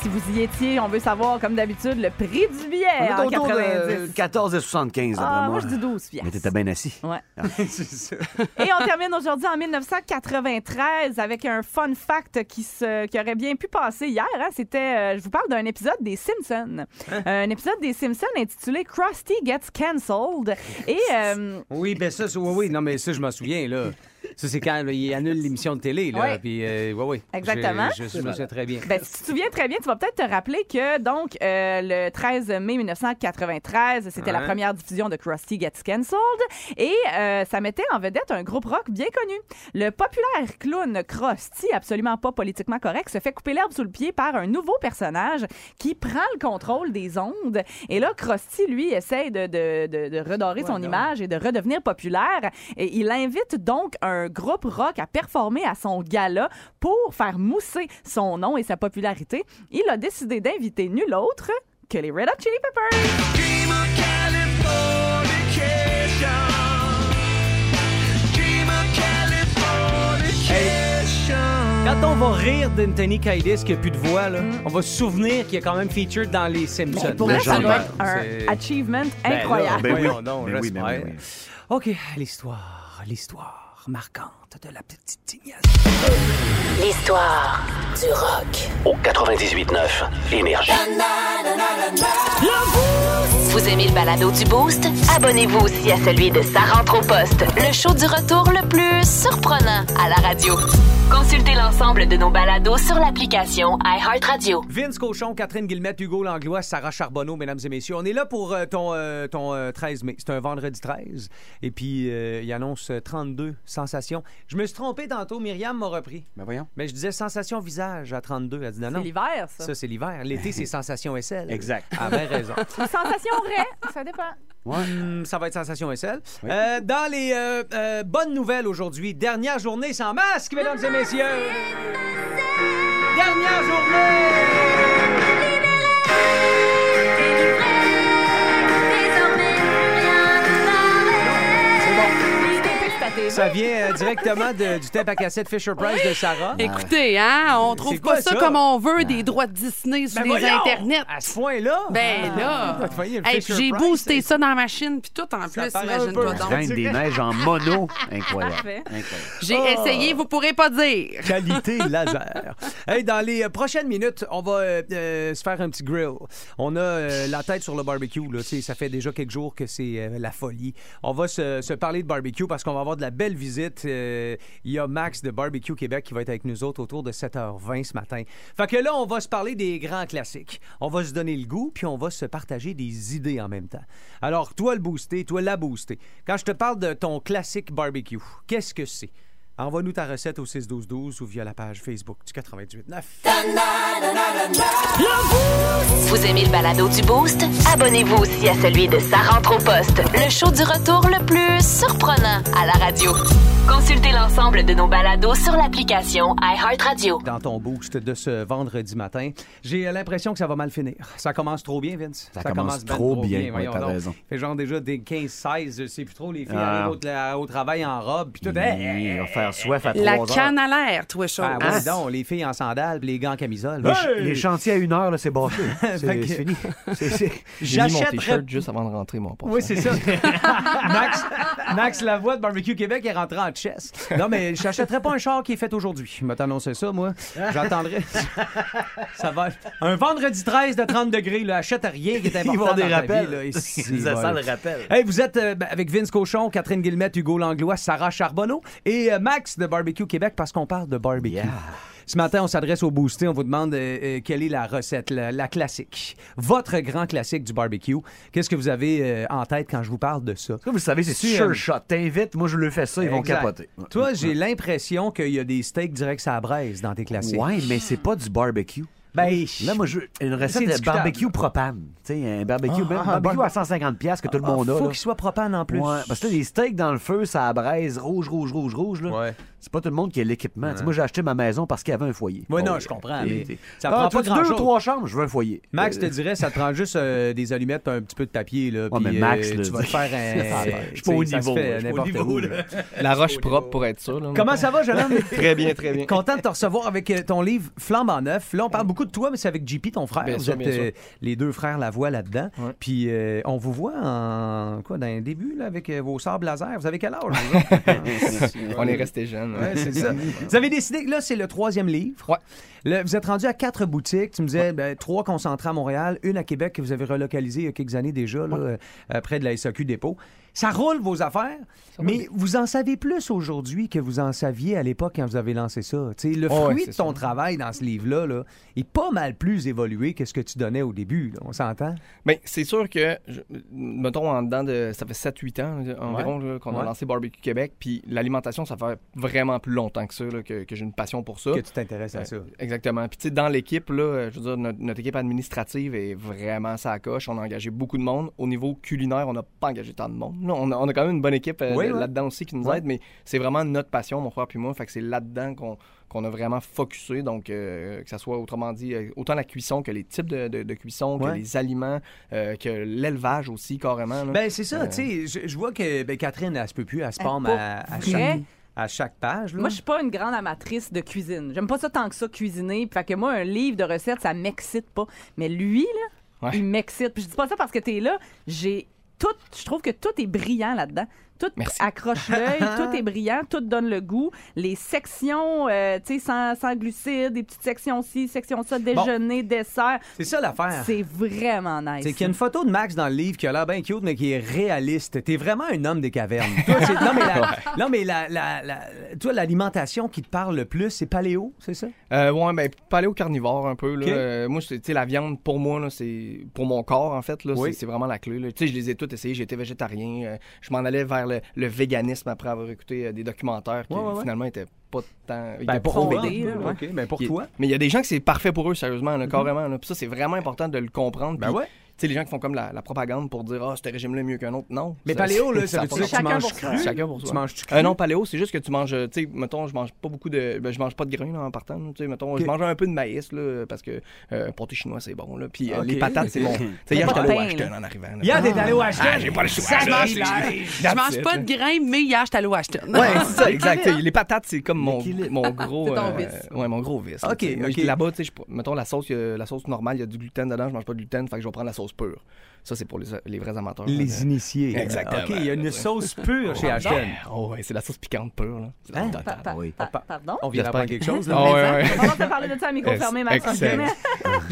Speaker 4: Si vous y étiez, on veut savoir, comme d'habitude, le prix du
Speaker 3: On
Speaker 4: billet
Speaker 3: est
Speaker 4: en
Speaker 3: autour de
Speaker 4: 90.
Speaker 3: 14 et 75, d'après
Speaker 4: Ah,
Speaker 3: moi.
Speaker 4: moi, je dis 12 piastres.
Speaker 3: Mais t'étais bien assis.
Speaker 4: Ouais.
Speaker 3: Ah.
Speaker 4: Et on termine aujourd'hui en 1993 avec un fun fact qui, se, qui aurait bien pu passer hier. hein. C'était, euh, je vous parle d'un épisode des Simpsons.
Speaker 14: Hein?
Speaker 4: Un épisode des Simpsons intitulé Krusty Gets Cancelled. Et euh,
Speaker 14: Oui, ben ça, c'est- oui, oui, non, mais ça, je m'en souviens, là. Ça, c'est quand là, il annule l'émission de télé, là.
Speaker 4: Ouais.
Speaker 14: Puis, euh, ouais, ouais.
Speaker 4: Exactement.
Speaker 14: Je, je me souviens très bien.
Speaker 4: Ben, si tu te souviens très bien, tu vas peut-être te rappeler que donc euh, le 13 mai 1993, c'était la
Speaker 14: Hein?
Speaker 13: Ouais.
Speaker 4: première diffusion de Krusty Gets Cancelled et euh, ça mettait en vedette un groupe rock bien connu. Le populaire clown Krusty, absolument pas politiquement correct, se fait couper l'herbe sous le pied par un nouveau personnage qui prend le contrôle des ondes. Et là, Krusty, lui, essaye de, de- de- de redorer son image et de redevenir populaire. Et il invite donc un groupe rock à performer à son gala pour faire mousser son nom et sa popularité. Il a décidé d'inviter nul autre que les Red Hot Chili Peppers.
Speaker 14: Quand on va rire d'Anthony Kiedis qui a plus de voix, là, on va se souvenir qu'il est quand même featured dans les Simpsons.
Speaker 4: Mm. Pour vrai, ça doit être un achievement
Speaker 14: Ben là,
Speaker 4: incroyable.
Speaker 14: ben oui, Voyons donc, ben oui, ben oui, j'espère.
Speaker 2: OK, l'histoire, l'histoire marquante de la petite tignasse.
Speaker 9: L'histoire du rock.
Speaker 15: Au 98.9 Énergie.
Speaker 1: Vous aimez le balado du Boost? Abonnez-vous aussi à celui de Sa rentre au poste, le show du retour le plus surprenant à la radio. Consultez l'ensemble de nos balados sur l'application iHeartRadio.
Speaker 2: Vince Cochon, Catherine Guillemette, Hugo Langlois, Sarah Charbonneau, mesdames et messieurs. On est là pour euh, ton, euh, ton euh, 13 mai. C'est un vendredi 13. Et puis, euh, il annonce euh, 32 sensations. Je me suis trompé tantôt. Myriam m'a repris.
Speaker 3: Ben voyons.
Speaker 2: Mais je disais sensation visage à 32. Elle dit non, non.
Speaker 4: C'est l'hiver, ça.
Speaker 2: Ça, c'est l'hiver. L'été, c'est sensation aisselle.
Speaker 3: Exact.
Speaker 2: Ah, ben raison.
Speaker 4: Une sensation vraie, ça dépend.
Speaker 2: Hum, ça va être sensation SL. Euh, dans les euh, euh, bonnes nouvelles aujourd'hui, dernière journée sans masque, mesdames et messieurs. Dernière journée. Ça vient euh, directement de- du tape à cassette Fisher Price de Sarah.
Speaker 5: Écoutez, hein, on trouve
Speaker 2: C'est quoi,
Speaker 5: pas ça,
Speaker 2: ça?
Speaker 5: comme on veut, des droits de Disney sur
Speaker 2: Ben
Speaker 5: les
Speaker 2: voyons!
Speaker 5: internets.
Speaker 2: À ce point-là?
Speaker 5: Ben là!
Speaker 2: Ah, voyez, le
Speaker 5: Hey,
Speaker 2: Fisher
Speaker 5: puis j'ai
Speaker 2: Price,
Speaker 5: boosté ça dans ma machine, puis tout en plus,
Speaker 2: paraît un
Speaker 5: imagine-toi
Speaker 2: peu.
Speaker 5: donc.
Speaker 3: Reine des neiges en mono. Incroyable.
Speaker 5: Parfait.
Speaker 3: Incroyable.
Speaker 5: J'ai
Speaker 2: Oh.
Speaker 5: essayé, vous pourrez pas dire.
Speaker 2: Qualité laser. Hey, dans les euh, prochaines minutes, on va euh, euh, se faire un petit grill. On a euh, la tête sur le barbecue. Là, Tu sais, ça fait déjà quelques jours que c'est euh, la folie. On va se, se parler de barbecue parce qu'on va avoir de la belle visite. Euh, Il y a Max de Barbecue Québec qui va être avec nous autres autour de 7h20 ce matin. Fait que là, on va se parler des grands classiques. On va se donner le goût, puis on va se partager des idées en même temps. Alors, toi le booster, toi la booster. Quand je te parle de ton classique barbecue, qu'est-ce que c'est? Envoie-nous ta recette au 61212 ou via la page Facebook du 989.
Speaker 1: Vous aimez le balado du Boost? Abonnez-vous aussi à celui de Sa rentre au poste, le show du retour le plus surprenant à la radio. Consultez l'ensemble de nos balados sur l'application iHeartRadio.
Speaker 2: Dans ton boost de ce vendredi matin, j'ai l'impression que ça va mal finir. Ça commence trop bien, Vince.
Speaker 3: Ça commence trop bien, ouais,
Speaker 2: voyons
Speaker 3: t'as
Speaker 2: donc.
Speaker 3: raison.
Speaker 2: Fait genre déjà des 15-16, je sais plus trop, les filles
Speaker 3: Ah.
Speaker 2: arrivent au, tra- au travail en robe, puis tout.
Speaker 3: Oui, on va faire soif à
Speaker 5: La
Speaker 3: 3 heures.
Speaker 5: canne à l'air, toi, chaud.
Speaker 2: Ah,
Speaker 5: Hein?
Speaker 2: oui, donc, les filles en sandales, puis les gars en camisole.
Speaker 3: Les, ch- les chantiers à une heure, là, c'est bâché. C'est
Speaker 2: Fait que-
Speaker 3: c'est fini. C'est- c'est-
Speaker 16: J'ai mis mon
Speaker 2: J'achèterais-
Speaker 16: t-shirt juste avant de rentrer, mon pote.
Speaker 2: Oui, c'est ça. Max, Max Lavoie de Barbecue Québec est rentré en chess. Non, mais je n'achèterais pas un char qui est fait aujourd'hui. Je vais t'annoncer ça, moi. J'attendrai. ça va. Un vendredi 13 de 30 degrés, là, achète rien qui est important.
Speaker 3: Ils vont des
Speaker 2: dans ta
Speaker 3: rappels.
Speaker 2: vie, là, ici,
Speaker 3: Ils
Speaker 2: voilà.
Speaker 3: assentent le rappel.
Speaker 2: Hey, vous êtes euh, ben, avec Vince Cochon, Catherine Guillemette, Hugo Langlois, Sarah Charbonneau et euh, Max de Barbecue Québec parce qu'on parle de barbecue. Ce matin, on s'adresse au boosté. On vous demande euh, euh, quelle est la recette, la, la classique. Votre grand classique du barbecue. Qu'est-ce que vous avez euh, en tête quand je vous parle de ça?
Speaker 3: Ça, vous le savez, c'est sure
Speaker 2: Sûr.
Speaker 3: shot. T'invites, moi, je le fais ça, ils vont
Speaker 2: Exact.
Speaker 3: capoter. Ouais.
Speaker 2: Toi, j'ai l'impression qu'il y a des steaks directs à la braise dans tes classiques.
Speaker 3: Ouais, mais c'est pas du barbecue.
Speaker 2: Ben,
Speaker 3: Là, moi, je veux une
Speaker 2: c'est
Speaker 3: recette de
Speaker 2: discutable.
Speaker 3: barbecue propane. Tu sais, un barbecue,
Speaker 2: Ah,
Speaker 3: même
Speaker 2: ah,
Speaker 3: un barbecue
Speaker 2: barbe-
Speaker 3: à 150 pièces que tout le
Speaker 2: Ah,
Speaker 3: monde a.
Speaker 2: faut
Speaker 3: là.
Speaker 2: qu'il soit propane en plus.
Speaker 3: Ouais, parce que là, les steaks dans le feu, ça braise rouge, rouge, rouge, rouge. là. C'est pas tout le monde qui a l'équipement. Tu sais, Moi, j'ai acheté ma maison parce qu'il y avait un foyer.
Speaker 2: Ouais, non,
Speaker 3: Oh,
Speaker 2: je comprends,
Speaker 3: t'es-
Speaker 2: mais
Speaker 3: t'es-
Speaker 2: ça
Speaker 3: Ah,
Speaker 2: prend
Speaker 3: tu
Speaker 2: pas
Speaker 3: veux
Speaker 2: grand-chose.
Speaker 3: deux ou trois chambres, je veux un foyer.
Speaker 2: Max, je te
Speaker 3: Euh,
Speaker 2: dirais, ça te prend juste euh, des allumettes, un petit peu de papier, là,
Speaker 3: Ouais,
Speaker 2: puis,
Speaker 3: mais Max,
Speaker 2: euh,
Speaker 3: là,
Speaker 2: tu vas te faire un...
Speaker 16: Je suis pas au
Speaker 2: ça se
Speaker 16: niveau, là,
Speaker 2: fait
Speaker 16: je suis pas au
Speaker 2: n'importe
Speaker 16: niveau,
Speaker 2: où,
Speaker 16: là.
Speaker 2: là.
Speaker 16: La roche propre pour être sûr. là.
Speaker 2: Comment ça va, jeune homme?
Speaker 16: Très bien, très bien.
Speaker 2: Content de te recevoir avec euh, ton livre Flamme en neuf. Là, on parle beaucoup de toi, mais c'est avec JP, ton frère.
Speaker 16: Bien
Speaker 2: vous
Speaker 16: sûr,
Speaker 2: êtes euh,
Speaker 16: bien sûr.
Speaker 2: les deux frères Lavoie là-dedans. Puis euh, on vous voit en quoi, dans le début, là, avec euh, vos sables laser. Vous avez quel âge? vous autres?
Speaker 16: On est resté jeunes.
Speaker 2: Ouais, c'est ça. Vous avez décidé que là, c'est le troisième livre. Là, vous êtes rendu à quatre boutiques. Tu me disais ben, trois concentrées à Montréal, une à Québec que vous avez relocalisée il y a quelques années déjà, là, euh, près de la SAQ Dépôt. Ça roule vos affaires, mais vous en savez plus aujourd'hui que vous en saviez à l'époque quand vous avez lancé ça. Tu sais, le
Speaker 16: Oh, ouais,
Speaker 2: fruit
Speaker 16: c'est
Speaker 2: de ton travail dans ce livre-là là, est pas mal plus évolué que ce que tu donnais au début. là. On s'entend?
Speaker 16: Mais Ben, c'est sûr que, je- mettons, en dedans de. Ça fait 7-8 ans là, environ
Speaker 2: Ouais.
Speaker 16: là, qu'on
Speaker 2: Ouais.
Speaker 16: a lancé Barbecue Québec. Puis l'alimentation, ça fait vraiment plus longtemps que ça, là, que, que j'ai une passion pour ça. Euh,
Speaker 2: Que tu t'intéresses à ça.
Speaker 16: Exactement. Puis, tu sais, dans l'équipe, là, euh, je veux dire, notre, notre équipe administrative est vraiment ça coche. On a engagé beaucoup de monde. Au niveau culinaire, on n'a pas engagé tant de monde. Non, on, a, on a quand même une bonne équipe euh,
Speaker 2: Oui,
Speaker 16: là-
Speaker 2: oui.
Speaker 16: là-dedans aussi qui nous
Speaker 2: Ouais.
Speaker 16: aide, mais c'est vraiment notre passion, mon frère puis moi. Fait que c'est là-dedans qu'on qu'on a vraiment focusé. Donc, euh, que ça soit autrement dit, euh, autant la cuisson que les types de, de- de cuisson, que
Speaker 2: Ouais.
Speaker 16: les aliments, euh, que l'élevage aussi, carrément. là.
Speaker 2: Ben, c'est ça,
Speaker 16: Euh,
Speaker 2: tu sais. Je, je vois que ben, Catherine, elle se peut plus, elle se
Speaker 4: Elle
Speaker 2: forme
Speaker 4: pas
Speaker 2: à, à chaque,
Speaker 4: vrai.
Speaker 2: à chaque page. là.
Speaker 4: Moi, je suis pas une grande amatrice de cuisine. J'aime pas ça tant que ça cuisiner. Fait que moi, un livre de recettes, ça m'excite pas. Mais lui, là,
Speaker 16: Ouais.
Speaker 4: il m'excite. Puis je dis pas ça parce que t'es là. J'ai tout. Je trouve que tout est brillant là-dedans. Tout accroche l'œil, tout est brillant, tout donne le goût. Les sections, euh, tu sais, sans, sans glucides, des petites sections ci, sections ça, déjeuner, dessert.
Speaker 2: C'est ça l'affaire.
Speaker 4: C'est vraiment nice.
Speaker 2: C'est qu'il y a une photo de Max dans le livre qui a l'air bien cute, mais qui est réaliste. T'es vraiment un homme des cavernes. Toi, c'est- non, mais, la- non, mais la- la- la- toi, l'alimentation qui te parle le plus, c'est paléo, c'est ça?
Speaker 16: Euh, ouais, ben, paléo carnivore un peu. Là.
Speaker 2: Ok.
Speaker 16: Euh, moi, c'est- tu sais, la viande, pour moi, là, c'est pour mon corps, en fait, là,
Speaker 2: Oui.
Speaker 16: c'est, c'est vraiment la clé. là. Tu sais, je les ai toutes essayées, j'étais végétarien. euh, je m'en allais vers le, le véganisme après avoir écouté euh, des documentaires qui,
Speaker 2: Ouais, ouais, ouais.
Speaker 16: finalement, étaient pas tant...
Speaker 2: Ben,
Speaker 16: étaient
Speaker 2: pour
Speaker 16: pas
Speaker 2: toi,
Speaker 16: fondés,
Speaker 2: là,
Speaker 16: là, ouais.
Speaker 2: ok, ben, pour
Speaker 16: Qui-
Speaker 2: toi. Mhm.
Speaker 16: Mais il y a des gens que c'est parfait pour eux, sérieusement, là, carrément. là. Puis ça, c'est vraiment important de le comprendre.
Speaker 2: Ben
Speaker 16: Puis,
Speaker 2: ouais.
Speaker 16: Tu sais, les gens qui font comme la, la propagande pour dire « Ah, ce régime-là est mieux qu'un autre. » Non.
Speaker 2: Mais paléo, là, ça
Speaker 16: a
Speaker 2: veut
Speaker 16: pas
Speaker 2: dire que tu
Speaker 16: rapport.
Speaker 2: manges cru?
Speaker 16: Chacun pour
Speaker 2: Tu
Speaker 16: soi.
Speaker 2: manges-tu
Speaker 16: Euh,
Speaker 2: cru?
Speaker 16: non, paléo, c'est juste que tu manges, euh, tu sais, mettons, je mange pas beaucoup de, ben, je mange pas de grains là, en partant, là, tu sais, mettons,
Speaker 2: Ok.
Speaker 16: je mange un peu de maïs là, parce que euh, pâté chinois c'est bon là, puis euh,
Speaker 2: Ok.
Speaker 16: les patates c'est bon. Tu sais,
Speaker 2: Mais
Speaker 16: hier
Speaker 2: pas
Speaker 16: j'étais allé
Speaker 2: de
Speaker 16: au
Speaker 2: pain,
Speaker 16: Ashton
Speaker 2: là.
Speaker 16: en arrivant. là.
Speaker 2: Hier, t'es allé au Ashton?
Speaker 16: Ah, j'ai pas le choix. là,
Speaker 5: Sacrilège!
Speaker 16: c'est-
Speaker 5: Je mange
Speaker 16: That's
Speaker 5: pas
Speaker 16: it,
Speaker 5: de grains, mais hier, j'étais allé au Ashton.
Speaker 16: là. Ouais, c'est ça, exact. Tu sais, Les patates, c'est comme mon,
Speaker 5: L'équilibre.
Speaker 16: mon gros.
Speaker 5: C'est ton
Speaker 16: euh,
Speaker 5: vice.
Speaker 16: ouais, mon gros vice. là,
Speaker 5: Ok,
Speaker 16: tu sais. Moi,
Speaker 5: ok.
Speaker 16: je- Là-bas, tu sais, je pr- mettons la sauce, euh, la sauce normale, il y a du gluten dedans, je mange pas de gluten, fait que je vais prendre la sauce pure. Ça, c'est pour les, les vrais amateurs.
Speaker 2: Les
Speaker 16: Euh,
Speaker 2: initiés.
Speaker 16: Exactement.
Speaker 2: OK, il y a une sauce pure chez Ashton.
Speaker 16: Oh, ouais, c'est la sauce piquante pure, là. C'est la
Speaker 2: Hein?
Speaker 16: totale. Oui.
Speaker 4: Pardon?
Speaker 2: On vient d'apprendre quelque chose, là.
Speaker 16: Ah, ouais, ouais.
Speaker 4: On va parler de ça à micro fermé, Max.
Speaker 2: Excellent.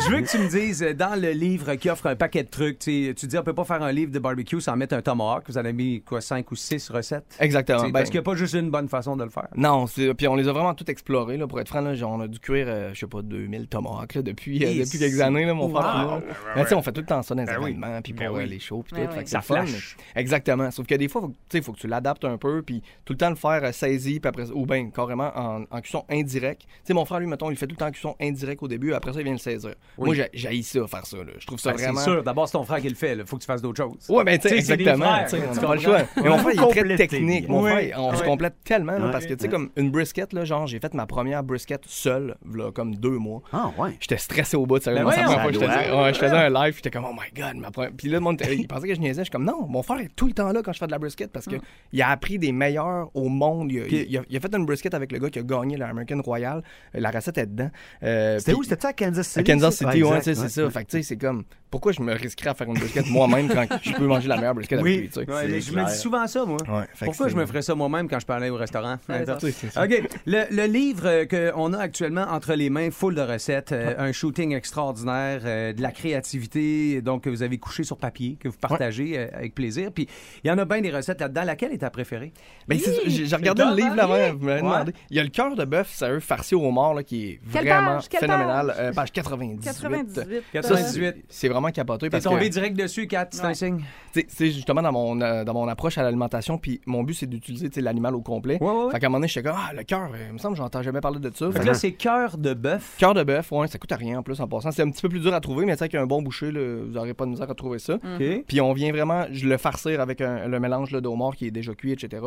Speaker 2: Je veux que tu me dises, euh, dans le livre qui offre un paquet de trucs, tu sais, tu dis on peut pas faire un livre de barbecue sans mettre un tomahawk. Vous en avez mis quoi, cinq ou six recettes?
Speaker 16: Exactement.
Speaker 2: Tu sais,
Speaker 16: Ben-
Speaker 2: parce qu'il n'y a pas juste une bonne façon de le faire.
Speaker 16: Non, c'est- puis on les a vraiment tout explorés, là, pour être franc. Là, genre, on a dû cuire, euh, je sais pas, 2000 tomahawks là, depuis, euh,
Speaker 2: Et
Speaker 16: depuis quelques
Speaker 2: c'est-
Speaker 16: années, là, mon frère.
Speaker 2: Wow.
Speaker 16: puis moi. Ben, tu sais, on fait tout le temps ça dans les
Speaker 2: Ben oui.
Speaker 16: événements, puis
Speaker 2: Ben
Speaker 16: pour euh,
Speaker 2: oui.
Speaker 16: les shows, puis
Speaker 2: Ben
Speaker 16: tout.
Speaker 2: oui.
Speaker 16: Fait que
Speaker 2: Ça
Speaker 16: c'est le fun.
Speaker 2: flash.
Speaker 16: Exactement. Sauf que des fois, faut, que- tu sais, faut que tu l'adaptes un peu, puis tout le temps le faire euh, saisi, puis après, ou bien carrément en, en cuisson indirecte. Tu sais, mon frère, lui, mettons, il fait tout le temps en cuisson indirecte au début, après ça, il vient le saisir.
Speaker 17: Oui.
Speaker 16: Moi, j'ai j'haïs ça, faire ça. là. Je trouve ça
Speaker 17: Ben,
Speaker 16: vraiment.
Speaker 17: C'est sûr, d'abord, c'est ton frère qui le fait. Il faut que tu fasses d'autres choses.
Speaker 16: Ouais, ben, tu sais,
Speaker 17: c'est des
Speaker 16: exactement.
Speaker 17: frères,
Speaker 16: tu sais,
Speaker 17: tu
Speaker 16: on n'a
Speaker 17: comprends?
Speaker 16: pas le choix. Mais mon frère, il est très
Speaker 17: Compléter.
Speaker 16: technique. Mon
Speaker 17: Oui.
Speaker 16: frère, on se
Speaker 17: Ouais.
Speaker 16: complète tellement, là,
Speaker 17: Ouais.
Speaker 16: parce que, tu sais,
Speaker 17: Ouais.
Speaker 16: comme une brisket, là, genre, j'ai fait ma première brisket seule, là, comme deux mois.
Speaker 3: Ah, ouais.
Speaker 16: J'étais stressé au bout, sérieusement.
Speaker 3: Ben
Speaker 16: c'est la première
Speaker 3: voyons.
Speaker 16: fois que je
Speaker 3: Ça
Speaker 16: faisais,
Speaker 3: doit.
Speaker 16: ouais, je faisais un live, j'étais comme, oh my god, ma première. Puis là, le monde, était- il pensait que je niaisais. Je suis comme, non, mon frère est tout le temps là quand je fais de la brisket parce
Speaker 3: Ah.
Speaker 16: que il a appris des meilleurs au monde. Il a, il a- il a fait une brisket avec le gars qui a gagné l'American Royal. Euh, La recette est dedans. Euh,
Speaker 3: C'était
Speaker 16: puis-
Speaker 3: où? C'était-tu à Kansas City?
Speaker 16: à Kansas
Speaker 3: ça?
Speaker 16: City, ouais,
Speaker 3: exact,
Speaker 16: tu sais, c'est ça. Fait que, tu sais, c'est comme, pourquoi je me risquerais à faire une brisket moi-même quand je peux manger la meilleure brisket
Speaker 2: Oui.
Speaker 16: avec lui, tu sais?
Speaker 2: Ouais, mais je me dis souvent ça, moi.
Speaker 16: Ouais, fait que
Speaker 2: Pourquoi
Speaker 16: c'est-
Speaker 2: je me ferais ça moi-même quand je parlais au restaurant?
Speaker 16: Ouais,
Speaker 2: Attends.
Speaker 16: c'est ça. C'est ça.
Speaker 2: OK. Le, le livre euh, qu'on a actuellement entre les mains, full de recettes, euh, un shooting extraordinaire, euh, de la créativité, donc que vous avez couché sur papier, que vous partagez euh, avec plaisir. Puis il y en a bien des recettes là-dedans. Laquelle est ta préférée?
Speaker 16: Ben, c'est ça, j'ai j'ai regardé le livre là-bas, vous m'avez demandé. Il y a le cœur de bœuf, sérieux, farci au mort, là, qui est
Speaker 2: Quelle
Speaker 16: vraiment
Speaker 2: page? Quelle
Speaker 16: phénoménal.
Speaker 2: page?
Speaker 16: Euh, page 98.
Speaker 2: 98.
Speaker 16: Ça,
Speaker 2: 98.
Speaker 16: C'est vraiment capoté.
Speaker 2: T'es
Speaker 16: parce
Speaker 2: tombé
Speaker 16: que-
Speaker 2: direct dessus, Kat, c'est un signe.
Speaker 16: Tu sais, c'est justement dans mon, euh, dans mon approche à l'alimentation, puis mon but, c'est d'utiliser tu sais, l'animal au complet. Fait qu'à un moment donné, j'étais comme, ah, le cœur, euh, il me semble que j'entends jamais parler de ça.
Speaker 2: Fait que là, c'est cœur de bœuf.
Speaker 16: Cœur de bœuf, ouais, ça coûte à rien en plus en passant. C'est un petit peu plus dur à trouver, mais tu sais, qu'un bon boucher, là, vous n'aurez pas de misère à trouver ça.
Speaker 2: Ok.
Speaker 16: Puis on vient vraiment je le farcir avec un- le mélange là, d'eau mort qui est déjà cuit, etc.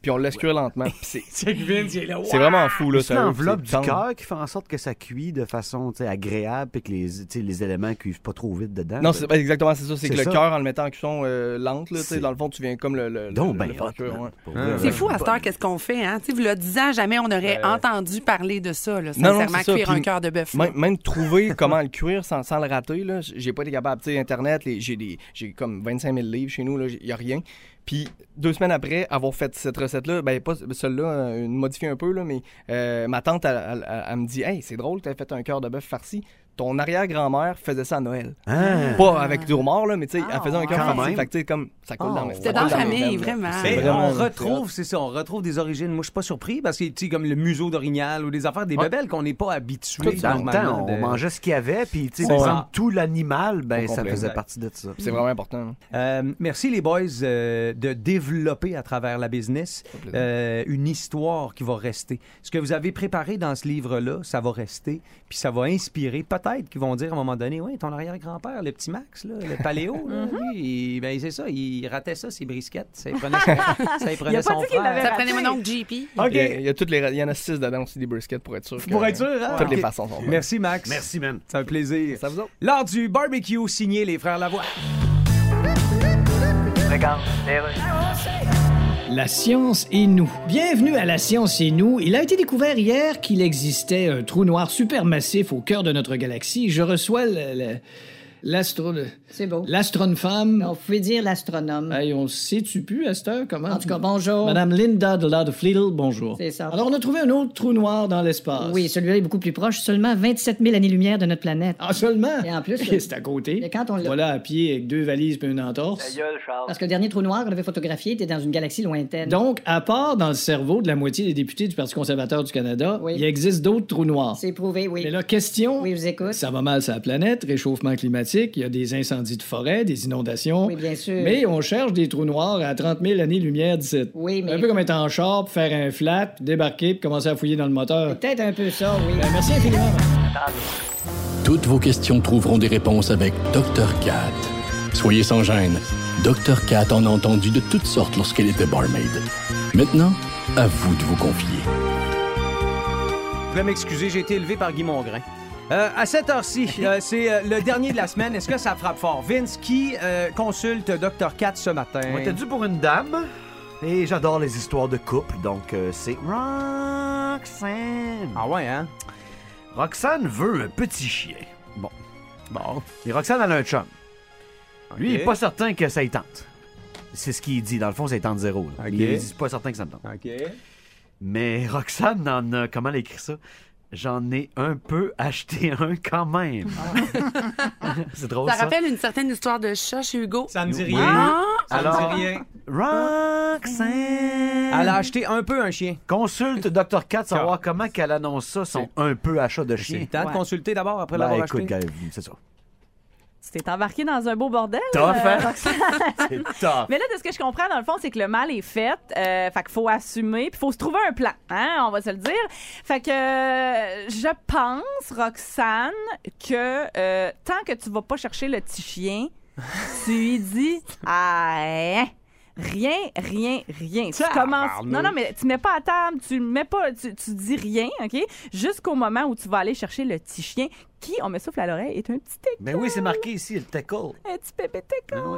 Speaker 16: Puis on le laisse cuire lentement. Puis c'est- C'est vraiment fou, là.
Speaker 3: C'est
Speaker 16: sérieux,
Speaker 3: l'enveloppe du
Speaker 16: c'est tendre.
Speaker 3: cœur qui fait en sorte que ça cuit de façon tu sais, agréable et que les, tu sais, les éléments ne cuivent pas trop vite dedans.
Speaker 16: Non, c'est pas exactement c'est ça. C'est que le
Speaker 3: hein? ça.
Speaker 16: cœur, en le mettant en cuisson euh, lente, là, tu sais,
Speaker 3: C'est-
Speaker 16: dans le fond, tu viens comme le. le
Speaker 3: Donc
Speaker 16: le-
Speaker 3: ben
Speaker 16: le
Speaker 3: hot,
Speaker 16: cuire,
Speaker 3: man,
Speaker 16: ouais.
Speaker 3: pour vrai.
Speaker 5: C'est fou à cette heure qu'est-ce qu'on fait, hein? Tu sais, vous le disant, jamais on
Speaker 2: Ben
Speaker 5: aurait entendu parler de ça, là,
Speaker 16: Non, non,
Speaker 5: sincèrement,
Speaker 16: c'est ça,
Speaker 5: cuire
Speaker 16: puis
Speaker 5: un cœur de bœuf. là.
Speaker 16: Même, même trouver comment le cuire sans, sans le rater, là, j'ai pas été capable. Tu sais, Internet, les- j'ai des- j'ai comme 25 000 livres chez nous, là, y a rien. Puis deux semaines après avoir fait cette recette-là, ben pas celle-là, euh, une modifiée un peu, là, mais euh, ma tante, elle, elle- elle- elle me dit Hey, c'est drôle, t'as fait un cœur de bœuf farci. Ton arrière-grand-mère faisait ça à Noël.
Speaker 3: Ah.
Speaker 16: Pas avec du remords, là, mais tu sais,
Speaker 5: Ah,
Speaker 16: elle faisait un cœur
Speaker 3: wow. Quand
Speaker 16: farci.
Speaker 3: même.
Speaker 16: Fait que tu sais, comme ça coule dans mes
Speaker 5: Oh, C'était dans la famille, vraiment.
Speaker 2: Mais
Speaker 16: vraiment-
Speaker 2: on retrouve, c'est ça, on retrouve des origines. Moi, je suis pas surpris parce que, tu sais, comme le museau d'Orignal ou des affaires, des
Speaker 3: Ouais.
Speaker 2: bebelles qu'on n'est pas habitué
Speaker 3: Tout dans le temps,
Speaker 2: normalement.
Speaker 3: on
Speaker 2: de-
Speaker 3: mangeait ce qu'il y avait, puis tu sais,
Speaker 2: C'est
Speaker 3: prendre
Speaker 2: ça.
Speaker 3: tout l'animal, ben
Speaker 2: Au
Speaker 3: ça
Speaker 2: complet.
Speaker 3: faisait
Speaker 2: Exact.
Speaker 3: partie de ça.
Speaker 16: C'est vraiment important.
Speaker 2: Euh, merci les boys euh, de développer à travers la business euh, une histoire qui va rester. Ce que vous avez préparé dans ce livre-là, ça va rester, puis ça va inspirer peut-être qu'ils vont dire à un moment donné, oui, ton arrière-grand-père, le petit Max, là, le paléo, là, lui, il- ben, c'est ça, il ratait ça, ses brisquettes, ça y prenait son, ça y prenait son frère.
Speaker 5: Ça prenait mon oncle JP.
Speaker 16: Il, y a, il y a toutes les, ra- il y en a six dedans aussi des briskets pour être sûr. que-
Speaker 2: Pour être sûr, hein?
Speaker 16: Toutes les
Speaker 2: Ok.
Speaker 16: façons sont bonnes.
Speaker 2: Merci, Max.
Speaker 3: Merci, man.
Speaker 2: C'est un plaisir. L'art du barbecue signé les frères Lavoie.
Speaker 12: La science et nous. Bienvenue à La science et nous. Il a été découvert hier qu'il existait un trou noir supermassif au cœur de notre galaxie. Je reçois le- le- l'astro... C'est beau. L'astrone femme.
Speaker 18: On pouvait dire l'astronome.
Speaker 12: Hey, on sait-tu plus à cette heure comment?
Speaker 18: En tout cas, bonjour.
Speaker 12: Madame Linda de Lade Fleedle, bonjour.
Speaker 18: C'est ça.
Speaker 12: Alors, on a trouvé un autre trou noir dans l'espace.
Speaker 18: Oui, celui-là est beaucoup plus proche, seulement 27 000 années-lumière de notre planète.
Speaker 12: Ah, seulement?
Speaker 18: Et en plus,
Speaker 12: Hey, C'est à côté.
Speaker 18: Mais quand on l'a-
Speaker 12: Voilà, à pied, avec deux valises puis une entorse.
Speaker 18: parce que le dernier trou noir qu'on avait photographié était dans une galaxie lointaine.
Speaker 12: Donc, à part dans le cerveau de la moitié des députés du Parti conservateur du Canada,
Speaker 18: Oui.
Speaker 12: il existe d'autres trous noirs.
Speaker 18: c'est prouvé, oui.
Speaker 12: Mais la question,
Speaker 18: Oui, je vous écoute.
Speaker 12: ça va mal sur la planète, réchauffement climatique, il y a des incendies de forêt, des inondations.
Speaker 18: Oui, bien sûr.
Speaker 12: Mais on cherche des trous noirs à 30 000 années-lumière d'ici.
Speaker 18: Oui, mais-
Speaker 12: Un peu comme être en char, puis faire un flap, puis débarquer, puis commencer à fouiller dans le moteur.
Speaker 18: Peut-être un peu ça, oui.
Speaker 12: Ben, merci infiniment.
Speaker 19: Toutes vos questions trouveront des réponses avec Dr. Cat. Soyez sans gêne. Dr. Cat en a entendu de toutes sortes lorsqu'elle était barmaid. Maintenant, à vous de vous confier.
Speaker 2: Je voulais m'excuser, j'ai été élevé par Guy Mongrain. Euh, à cette heure-ci, euh, c'est euh, le dernier de la semaine. Est-ce que ça frappe fort? Vince, qui euh, consulte Dr. Cat ce matin?
Speaker 3: On était dû pour une dame. Et j'adore les histoires de couple, donc euh, c'est Roxane.
Speaker 2: Ah ouais, hein?
Speaker 3: Roxane veut un petit chien. Bon. Bon. Et Roxane, elle a un chum. Lui, il
Speaker 2: Ok.
Speaker 3: est pas certain que ça y tente. C'est ce qu'il dit. Dans le fond, ça y tente zéro. là. Mais Il dit, c'est pas certain que ça me tente. Mais Roxane en a... Comment elle écrit ça? J'en ai un peu acheté un quand même. c'est drôle, ça.
Speaker 5: Ça rappelle une certaine histoire de chat chez Hugo.
Speaker 2: Ça
Speaker 3: me dit rien.
Speaker 5: Ah!
Speaker 2: Ça me
Speaker 3: Alors-
Speaker 2: dit rien.
Speaker 3: Roxane!
Speaker 2: Elle a acheté un peu un chien.
Speaker 3: Consulte Dr. Cat, savoir comment qu'elle annonce ça, son un peu achat de chien.
Speaker 2: C'est le temps de consulter d'abord après
Speaker 3: Ben,
Speaker 2: l'avoir
Speaker 3: écoute,
Speaker 2: acheté.
Speaker 3: Gaël, c'est ça.
Speaker 4: Tu t'es embarqué dans un beau bordel. euh,
Speaker 3: Tough, hein?
Speaker 4: Roxane.
Speaker 3: C'est tough.
Speaker 4: Mais là, de ce que je comprends, dans le fond, c'est que le mal est fait. Euh, fait qu'il faut assumer, puis il faut se trouver un plan. Hein? On va se le dire. Fait que euh, je pense, Roxane, que euh, tant que tu vas pas chercher le petit chien, tu lui dis Ah, hein. Rien, rien, rien. Tu commences. Non, non, mais tu mets pas à table, tu le mets pas, tu, tu dis rien, OK? Jusqu'au moment où tu vas aller chercher le petit chien qui, on me souffle à l'oreille, est un petit
Speaker 14: Ben oui, c'est marqué ici, le tackle.
Speaker 4: un petit pépé tickle.
Speaker 3: Ben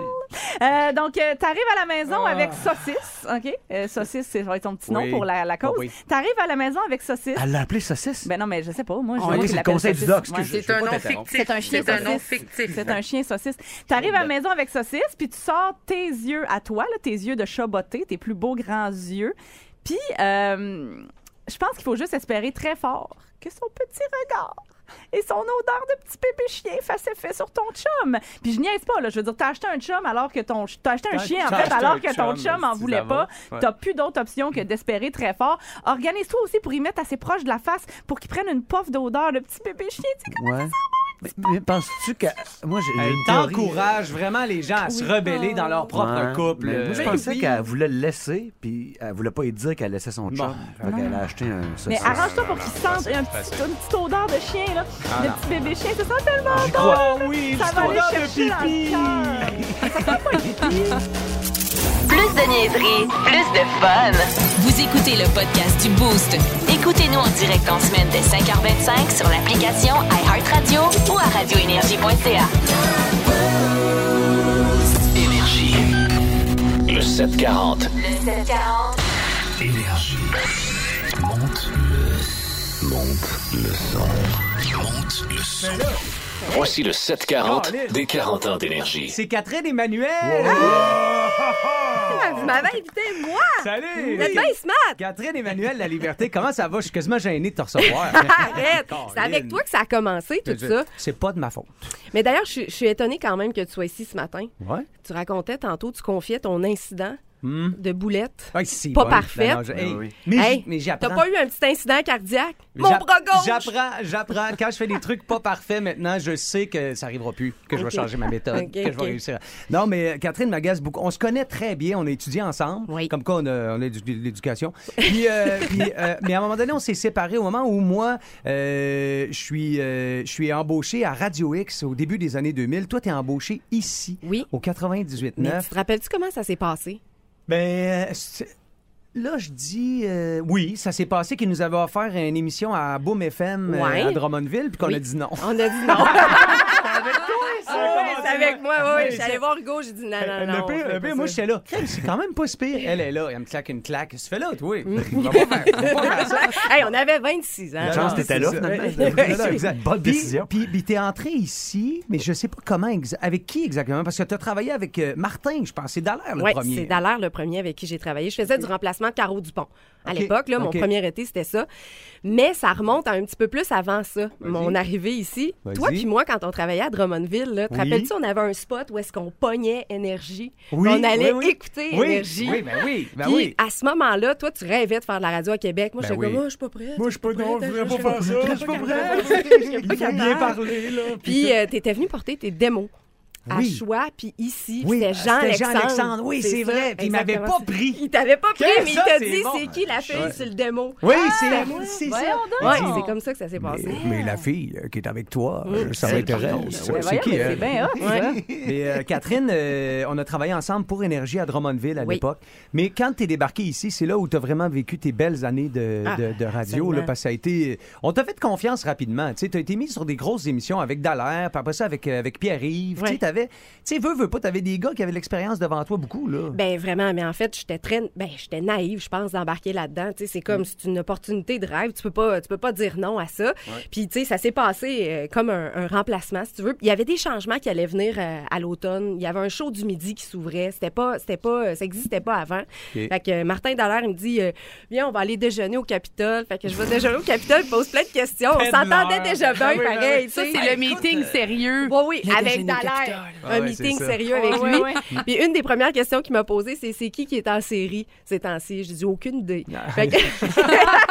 Speaker 4: Euh, donc, euh, t'arrives à la maison
Speaker 14: Ah.
Speaker 4: avec saucisse, OK? Euh, saucisse, c'est ça va être son petit nom
Speaker 14: Oui.
Speaker 4: pour la, la cause.
Speaker 14: Ah oui.
Speaker 4: T'arrives à la maison avec saucisse.
Speaker 14: Elle l'a appelé saucisse?
Speaker 4: Ben non, mais je sais pas. Moi, je
Speaker 14: Ah,
Speaker 4: vois
Speaker 14: ok,
Speaker 4: qu'il
Speaker 14: c'est le
Speaker 4: l'appelle
Speaker 14: conseil du
Speaker 4: saucisse.
Speaker 14: doc, excuse,
Speaker 4: Ouais.
Speaker 14: je- je C'est veux un pas nom t'interrompre. fictif.
Speaker 4: C'est un hein. chien
Speaker 14: C'est un nom
Speaker 4: saucisse.
Speaker 14: fictif.
Speaker 4: C'est un chien saucisse. T'arrives à la maison avec saucisse, puis tu sors tes yeux à toi, là, tes yeux de chat botté, tes plus beaux grands yeux. Puis, euh, je pense qu'il faut juste espérer très fort que son petit regard et son odeur de petit pépé chien fasse effet sur ton chum. Puis je niaise pas, là. Je veux dire, t'as acheté un chum alors que ton... T'as acheté un
Speaker 13: T'as-
Speaker 4: chien, en
Speaker 13: t'as
Speaker 4: fait,
Speaker 13: acheté
Speaker 4: alors
Speaker 13: un
Speaker 4: que ton
Speaker 13: chum,
Speaker 4: chum en
Speaker 13: si
Speaker 4: voulait
Speaker 13: ça
Speaker 4: pas.
Speaker 13: va. Ouais.
Speaker 4: T'as plus d'autre option que d'espérer très fort. Organise-toi aussi pour y mettre assez proche de la face pour qu'il prenne une pof d'odeur de petit pépé chien. Tu sais,
Speaker 14: Ouais. Mais, mais penses-tu que. Moi, j'ai j'ai
Speaker 2: Elle
Speaker 14: une théorie.
Speaker 2: t'encourage vraiment les gens à se rebeller dans leur propre
Speaker 3: Ouais.
Speaker 2: couple.
Speaker 3: Mais moi, je
Speaker 20: Ben
Speaker 2: Euh,
Speaker 3: pensais
Speaker 2: oui.
Speaker 3: qu'elle voulait le laisser, puis elle voulait pas lui dire qu'elle laissait son chum. Fait qu'elle a acheté un
Speaker 4: Mais
Speaker 3: saucisse.
Speaker 4: arrange-toi pour qu'il sente un petit- une petite odeur de chien, là.
Speaker 3: Ah,
Speaker 4: de
Speaker 3: non.
Speaker 4: petit bébé chien. Ça sent tellement
Speaker 3: J'y
Speaker 4: bon,
Speaker 3: crois.
Speaker 4: là.
Speaker 13: Oui,
Speaker 4: ça
Speaker 13: petite
Speaker 4: va aller
Speaker 13: odeur de
Speaker 4: chercher dans
Speaker 13: pipi.
Speaker 4: le cœur. Ça sent pas le pipi.
Speaker 1: Plus de niaiserie, plus de fun. Vous écoutez le podcast du Boost. Écoutez-nous en direct en semaine dès 5h25 sur l'application iHeartRadio ou à radioénergie.ca.
Speaker 15: Énergie. Le 740.
Speaker 1: Le 740.
Speaker 15: Énergie. Monte le. Monte le son. Monte le son. Voici le 740 des 40 ans d'énergie.
Speaker 2: C'est Catherine Emmanuel. Ah!
Speaker 20: Vous m'avez invité, moi!
Speaker 2: Oh. Salut!
Speaker 20: Vous êtes bien smart!
Speaker 2: Catherine Emmanuel, la liberté, comment ça va? Je suis quasiment gêné de te recevoir.
Speaker 20: Arrête! C'est avec
Speaker 2: Caroline.
Speaker 20: toi que ça a commencé, tout ça.
Speaker 2: C'est pas de ma faute.
Speaker 20: Mais d'ailleurs, je, suis- je suis étonnée quand même que tu sois ici ce matin.
Speaker 2: Ouais.
Speaker 20: Tu racontais tantôt, tu confiais ton incident
Speaker 2: Hmm.
Speaker 20: de boulette.
Speaker 2: Ouais, si,
Speaker 20: pas
Speaker 2: bonne.
Speaker 20: parfaite.
Speaker 2: Ben non, je- hey,
Speaker 20: Hey,
Speaker 2: mais j- mais j'apprends.
Speaker 20: T'as pas eu un petit incident cardiaque? Mon
Speaker 2: J'app-
Speaker 20: bras gauche!
Speaker 2: J'apprends, j'apprends. Quand je fais des trucs pas parfaits maintenant, je sais que ça arrivera plus, que je vais
Speaker 20: Ok.
Speaker 2: changer ma méthode,
Speaker 20: Ok,
Speaker 2: que je vais
Speaker 20: ok.
Speaker 2: réussir. Non, mais euh, Catherine Magasse, beaucoup- on se connaît très bien, on a étudié ensemble. Comme quoi, on a, on a du- de l'éducation. Puis, euh, puis, euh, mais à un moment donné, on s'est séparés au moment où moi, euh, je suis, euh, je suis embauché à Radio X au début des années 2000. Toi, t'es embauché ici, au 98.9.
Speaker 20: Mais tu te rappelles-tu comment ça s'est passé?
Speaker 2: Ben, euh, c'est- là, je dis euh, oui, ça s'est passé qu'ils nous avaient offert une émission à Boom FM euh,
Speaker 20: Ouais.
Speaker 2: à Drummondville, puis qu'on a dit non.
Speaker 20: On a dit non. Ah ouais, c'est avec moi, oui.
Speaker 2: Mais
Speaker 20: J'allais
Speaker 2: ça-
Speaker 20: voir Hugo, j'ai dit non, non,
Speaker 2: Le
Speaker 20: Ah non. on
Speaker 2: pire,
Speaker 20: fait
Speaker 2: le pire,
Speaker 20: pas
Speaker 2: moi,
Speaker 20: ça.
Speaker 2: j'étais là. Crème, C'est quand même pas si pire. Elle est là, elle me claque une claque. Qu'est-ce que tu fais là, toi?
Speaker 20: Mm.
Speaker 2: On va pas faire- on va pas faire
Speaker 20: hey, on avait 26 ans.
Speaker 2: Non, non, c'est ça. Ouais, c'est ça, exact. Puis- Puis, puis t'es entré ici, mais je sais pas comment, exa- avec qui exactement, parce que t'as travaillé avec euh, Martin, je pense, c'est
Speaker 13: Ah,
Speaker 2: Dallaire le
Speaker 20: Oui,
Speaker 2: premier.
Speaker 20: c'est Dallaire le premier avec qui j'ai travaillé. Je faisais du remplacement de Caro Dupont. À
Speaker 2: Ok,
Speaker 20: l'époque, là, mon
Speaker 2: ok.
Speaker 20: premier été, c'était ça. Mais ça remonte à un petit peu plus avant ça, mon arrivée ici.
Speaker 13: Vas-y.
Speaker 20: Toi puis moi, quand on travaillait à Drummondville, là, te
Speaker 13: Oui.
Speaker 20: rappelles-tu, on avait un spot où est-ce qu'on pognait énergie?
Speaker 13: Oui,
Speaker 20: on allait
Speaker 13: oui, oui.
Speaker 20: écouter
Speaker 13: Oui,
Speaker 20: énergie.
Speaker 13: oui, ben oui, ben
Speaker 20: Puis,
Speaker 13: oui.
Speaker 20: à ce moment-là, toi, tu rêvais de faire de la radio à Québec. Moi,
Speaker 13: Ben
Speaker 20: j'étais
Speaker 13: oui.
Speaker 20: comme, Ah, je suis pas prête.
Speaker 13: Moi, je suis pas- non, je voudrais pas faire ça.
Speaker 20: Je suis pas
Speaker 13: prête.
Speaker 20: prête.
Speaker 13: Il faut bien parler, là, puis
Speaker 20: Puis,
Speaker 13: tout.
Speaker 20: euh, t'étais venu porter tes démos. À
Speaker 13: Oui.
Speaker 20: choix, puis ici,
Speaker 13: Oui,
Speaker 20: c'était Jean-Alexandre.
Speaker 13: c'était Jean-Alexandre. Oui, c'est
Speaker 20: ça,
Speaker 13: vrai. Puis il m'avait
Speaker 20: exactement.
Speaker 13: pas pris.
Speaker 20: Il t'avait pas pris,
Speaker 13: Que
Speaker 20: mais il
Speaker 13: ça,
Speaker 20: t'a
Speaker 13: c'est
Speaker 20: dit
Speaker 13: bon.
Speaker 20: c'est qui la fille
Speaker 13: Ouais.
Speaker 20: sur le démo.
Speaker 2: Oui,
Speaker 20: Ah,
Speaker 2: c'est
Speaker 20: ben,
Speaker 2: moi, c'est
Speaker 20: voyons
Speaker 2: ça.
Speaker 20: donc.
Speaker 2: Oui.
Speaker 20: Ouais, c'est comme ça que ça s'est passé.
Speaker 2: Mais la fille euh, qui est avec toi,
Speaker 20: Mm.
Speaker 2: euh, ça
Speaker 20: C'est
Speaker 2: m'intéresse.
Speaker 20: qui? Ouais,
Speaker 2: C'est
Speaker 20: voyons,
Speaker 2: qui,
Speaker 20: mais
Speaker 2: hein?
Speaker 20: c'est bien hot,
Speaker 2: Ouais. Mais, euh, Catherine, euh, on a travaillé ensemble pour Énergie à Drummondville à
Speaker 20: Oui.
Speaker 2: l'époque. Mais quand tu es débarqué ici, c'est là où tu as vraiment vécu tes belles années de,
Speaker 20: Ah,
Speaker 2: de- de radio.
Speaker 20: absolument.
Speaker 2: là, parce que ça a été. euh, On t'a fait confiance rapidement. Tu as été mis sur des grosses émissions avec Dallaire, puis après ça avec, euh, avec Pierre-Yves. Tu sais, Tu veux, veux pas, tu avais des gars qui avaient de l'expérience devant toi beaucoup. là.
Speaker 20: Ben vraiment, mais en fait, j'étais très, ben j'étais naïve, je pense, d'embarquer là-dedans. Tu sais, c'est
Speaker 13: Mm.
Speaker 20: comme c'est une opportunité de rêve. Tu peux pas, tu peux pas dire non à ça. Puis tu sais, ça s'est passé euh, comme un, un remplacement, si tu veux. Il y avait des changements qui allaient venir euh, à l'automne. Il y avait un show du midi qui s'ouvrait. C'était pas, c'était pas, euh, ça existait pas avant.
Speaker 13: OK.
Speaker 20: Fait que euh, Martin Dallaire il me dit, euh, viens, on va aller déjeuner au Capitole. Fait que je vais déjeuner au Capitole, je pose plein de questions. On
Speaker 13: Peine
Speaker 20: s'entendait
Speaker 13: l'heure.
Speaker 20: déjà bien,
Speaker 13: Ah oui,
Speaker 20: pareil.
Speaker 13: oui, oui. Ça,
Speaker 20: tu sais.
Speaker 13: c'est le
Speaker 20: Écoute,
Speaker 13: meeting
Speaker 20: euh,
Speaker 13: sérieux.
Speaker 20: Oui, oui,
Speaker 13: Le
Speaker 20: avec
Speaker 13: déjeuner au
Speaker 20: Dallaire.
Speaker 2: Ah
Speaker 20: un meeting sérieux avec lui. Puis une des premières questions qu'il m'a posées, c'est c'est qui qui est en série ces temps-ci? J'ai dit aucune idée. Fait que-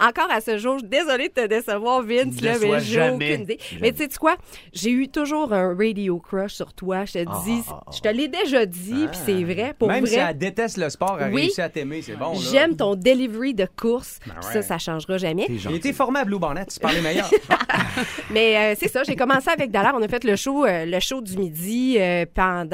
Speaker 20: Encore à ce jour, je suis désolée de te décevoir, Vince,
Speaker 21: Me
Speaker 20: là,
Speaker 21: déçois
Speaker 20: mais j'ai
Speaker 21: jamais.
Speaker 20: aucune idée. Mais tu sais quoi? J'ai eu toujours un radio crush sur toi. Je te
Speaker 2: Ah,
Speaker 20: dis, je te l'ai déjà dit, puis c'est vrai, pour
Speaker 2: Même
Speaker 20: vrai.
Speaker 2: si elle déteste le sport, elle
Speaker 20: Oui.
Speaker 2: réussit à t'aimer, c'est bon. là.
Speaker 20: J'aime ton delivery de course.
Speaker 2: Ben
Speaker 20: puis
Speaker 2: ouais.
Speaker 20: Ça, ça changera jamais.
Speaker 2: J'ai été formé à Blue Bonnet, tu parlais meilleur.
Speaker 20: Mais euh, c'est ça, j'ai commencé avec Dallaire. On a fait le show, euh, le show du midi euh, pendant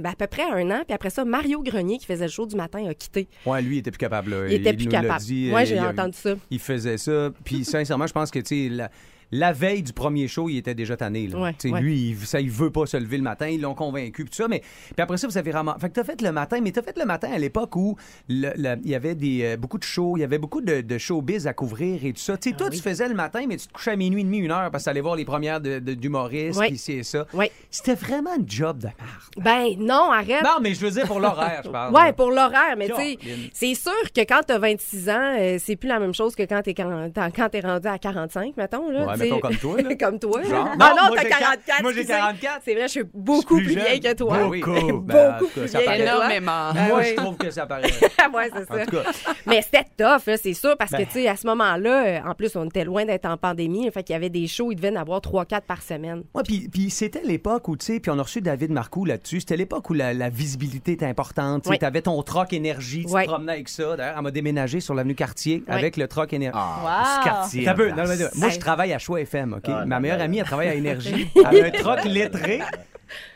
Speaker 20: ben, à peu près un an. Puis après ça, Mario Grenier, qui faisait le show du matin, a quitté.
Speaker 2: Ouais, lui, il était plus capable. là.
Speaker 20: Il était plus
Speaker 2: nous l'a
Speaker 20: capable.
Speaker 2: dit,
Speaker 20: Moi,
Speaker 2: euh,
Speaker 20: j'ai
Speaker 2: il a-
Speaker 20: entendu ça.
Speaker 2: Il faisait ça. Puis sincèrement, je pense que, tu sais, la, la veille du premier show, il était déjà tanné. là.
Speaker 20: Ouais,
Speaker 2: Tu sais,
Speaker 20: ouais.
Speaker 2: Lui, il, ça, il veut pas se lever le matin. Ils l'ont convaincu. Puis tout ça. Mais puis après ça, vous avez vraiment. Fait que t'as fait le matin, mais t'as fait le matin à l'époque où le- le- il y avait des, euh, beaucoup de shows, il y avait beaucoup de, de showbiz à couvrir et tout ça.
Speaker 20: Ah
Speaker 2: Tu sais, toi, tu faisais le matin, mais tu te couchais à minuit et demi, une heure, parce que t'allais voir les premières de- de- d'humoristes,
Speaker 20: Ouais.
Speaker 2: puis c'est ça.
Speaker 20: C'était
Speaker 2: Vraiment un job de merde.
Speaker 20: Ben non, arrête.
Speaker 2: Non, mais je veux dire pour l'horaire, je parle.
Speaker 20: Ouais, pour l'horaire, mais tu sais,
Speaker 2: Caroline.
Speaker 20: c'est sûr que quand t'as 26 ans, euh, c'est plus la même chose que quand t'es quand, quand t'es rendu à 45, mettons. Là,
Speaker 2: Ouais,
Speaker 20: tu sais.
Speaker 2: mettons comme toi, là.
Speaker 20: comme toi.
Speaker 2: Genre.
Speaker 20: Ah
Speaker 2: Non,
Speaker 20: non,
Speaker 2: moi,
Speaker 20: t'as
Speaker 2: j'ai quar-
Speaker 20: 44.
Speaker 2: moi, j'ai
Speaker 20: excusez.
Speaker 2: 44.
Speaker 20: C'est vrai, je suis beaucoup
Speaker 2: plus
Speaker 20: plus vieille
Speaker 2: jeune.
Speaker 20: que toi.
Speaker 2: Ben oui.
Speaker 20: Beaucoup
Speaker 2: Ben, en tout cas,
Speaker 20: plus
Speaker 2: ça
Speaker 20: vieille
Speaker 2: paraît.
Speaker 20: que toi.
Speaker 2: Énormément.
Speaker 20: Ben
Speaker 2: Moi,
Speaker 20: oui.
Speaker 2: je trouve que ça paraît.
Speaker 20: ouais, c'est
Speaker 2: En
Speaker 20: ça.
Speaker 2: tout cas.
Speaker 20: Mais c'était tough, là, c'est sûr, parce que,
Speaker 2: Ben.
Speaker 20: tu sais, à ce moment-là, euh, en plus, on était loin d'être en pandémie. Fait qu'il y avait des shows, ils devaient en avoir 3-4 par semaine.
Speaker 2: Ouais, puis, puis c'était l'époque où, tu sais, puis on a reçu David Marcoux là-dessus, c'était l'époque où la, la visibilité était importante. Tu
Speaker 20: Ouais.
Speaker 2: sais, t'avais ton troc énergie, tu
Speaker 20: Ouais.
Speaker 2: te promenais avec ça. D'ailleurs, elle m'a déménagé sur l'avenue Cartier
Speaker 20: Ouais.
Speaker 2: avec le troc énergie.
Speaker 20: Ah, Wow. ce quartier,
Speaker 2: T'as peu,
Speaker 20: la
Speaker 2: non, non, non.
Speaker 20: place.
Speaker 2: Moi, je
Speaker 20: Hey.
Speaker 2: travaille à Choix FM, OK? Ma meilleure amie, elle travaille à Énergie. elle a un troc lettré.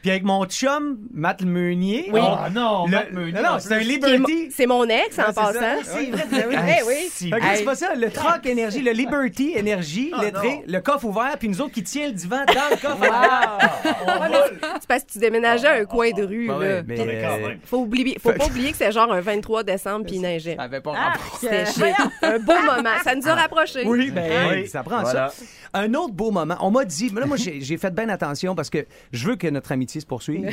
Speaker 2: Puis avec mon chum, Matt Meunier.
Speaker 20: Oui.
Speaker 2: on-
Speaker 20: Ah non,
Speaker 2: le-
Speaker 20: Matt Meunier,
Speaker 2: Non,
Speaker 20: en
Speaker 2: non, c'est un
Speaker 20: plus.
Speaker 2: Liberty.
Speaker 20: C'est mon ex,
Speaker 2: Ouais,
Speaker 20: en
Speaker 2: c'est
Speaker 20: passant.
Speaker 2: ça. C'est vrai, ben
Speaker 20: Eh oui.
Speaker 2: Hey,
Speaker 20: Eh
Speaker 2: Fait que c'est
Speaker 20: oui.
Speaker 2: pas ça, le troc énergie, le Liberty énergie, lettré, le coffre ouvert, puis nous autres qui tient le divan dans le coffre.
Speaker 20: C'est parce que tu déménageais à un coin de rue.
Speaker 2: Ah ouais,
Speaker 20: là.
Speaker 2: mais,
Speaker 20: Puis,
Speaker 2: euh,
Speaker 20: faut oublier, faut pas oublier que c'est genre un 23 décembre puis il neigeait. Ah, C'était
Speaker 2: que-
Speaker 20: chic. un beau moment. Ça
Speaker 2: Ah.
Speaker 20: nous a rapprochés.
Speaker 2: Oui, ben,
Speaker 20: Hein?
Speaker 2: oui, ça prend
Speaker 20: Voilà.
Speaker 2: ça. Un autre beau moment. On m'a dit, mais là, moi, j'ai j'ai fait bien attention parce que je veux que notre amitié se poursuive.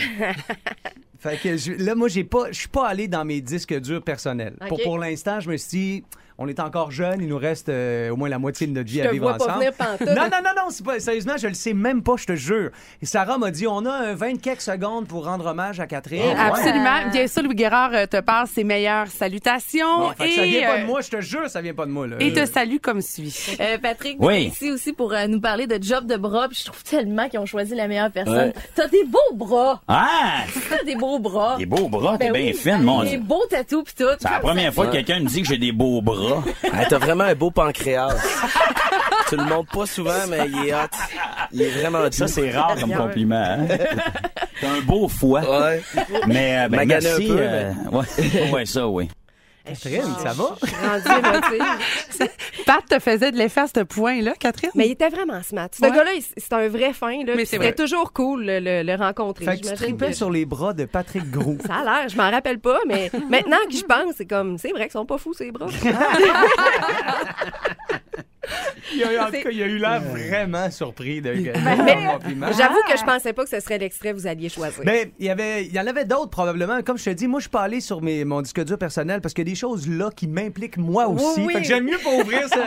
Speaker 2: fait que je- là, moi, j'ai pas, je suis pas allé dans mes disques durs personnels. Pour,
Speaker 20: Ok.
Speaker 2: pour l'instant, je me suis dit, on est encore jeune, il nous reste euh, au moins la moitié de notre vie
Speaker 20: Je
Speaker 2: à
Speaker 20: te
Speaker 2: vivre
Speaker 20: vois pas
Speaker 2: ensemble.
Speaker 20: venir pantoute.
Speaker 2: non, non, non, non, c'est pas, sérieusement, je le sais même pas, je te jure. Et Sarah m'a dit, on a un 20 quelques secondes pour rendre hommage à Catherine.
Speaker 5: Ah Absolument. Bien sûr, Louis Guérard euh, te passe ses meilleures salutations.
Speaker 2: Bon, fait que
Speaker 5: et,
Speaker 2: ça vient pas de
Speaker 5: euh,
Speaker 2: moi, je te jure, ça vient pas de moi. Là.
Speaker 5: et te salue comme suit.
Speaker 22: Euh, Patrick, t'es
Speaker 2: Oui.
Speaker 22: ici aussi pour euh, nous parler de job de bras. Puis je trouve tellement qu'ils ont choisi la meilleure personne.
Speaker 13: Ouais.
Speaker 22: T'as des beaux bras.
Speaker 13: Ah!
Speaker 22: T'as des beaux bras.
Speaker 13: Des beaux bras, Ah, t'es
Speaker 22: Ben
Speaker 13: bien
Speaker 22: oui,
Speaker 13: fine, mon
Speaker 22: Des
Speaker 13: Dieu.
Speaker 22: beaux tatous pis tout.
Speaker 13: C'est la première fois que quelqu'un me dit que j'ai des beaux bras.
Speaker 23: Ah, t'as vraiment un beau pancréas. tu le montres pas souvent, mais il est hot. Il est vraiment hot.
Speaker 13: Ça, c'est rare comme compliment. Hein? T'as un beau foie.
Speaker 23: Ouais.
Speaker 13: Mais euh, ben,
Speaker 23: Magané un
Speaker 13: merci.
Speaker 23: peu,
Speaker 13: euh, ouais. ouais, ça, oui.
Speaker 2: Catherine, ça va?
Speaker 5: Pat te faisait de l'effet à ce point-là, Catherine.
Speaker 20: Mais il était vraiment smart. Ce
Speaker 5: Ouais.
Speaker 20: gars-là, il- c'est un vrai fin. Là,
Speaker 5: Mais
Speaker 20: puis
Speaker 5: c'est
Speaker 20: C'était
Speaker 5: vrai.
Speaker 20: toujours cool le, le- le rencontrer.
Speaker 2: Fait que tu
Speaker 20: J'imagine
Speaker 2: tripais
Speaker 20: que-
Speaker 2: sur les bras de Patrick Gros.
Speaker 20: Ça a l'air, je m'en rappelle pas, mais maintenant que je pense, c'est comme, c'est vrai qu'ils sont pas fous, ces bras.
Speaker 2: Il y a eu- en tout
Speaker 20: C'est-
Speaker 2: cas, il a eu l'air vraiment surpris de, de
Speaker 20: Mais
Speaker 2: mon compliment.
Speaker 20: j'avoue que je pensais pas que ce serait l'extrait que vous alliez choisir.
Speaker 2: Ben, il y avait, il y en avait d'autres probablement. Comme je te dis, moi, je suis pas allé sur mes, mon disque dur personnel parce qu'il y a des choses là qui m'impliquent moi
Speaker 5: Oui,
Speaker 2: aussi.
Speaker 5: oui.
Speaker 2: Fait que j'aime mieux pas ouvrir ce,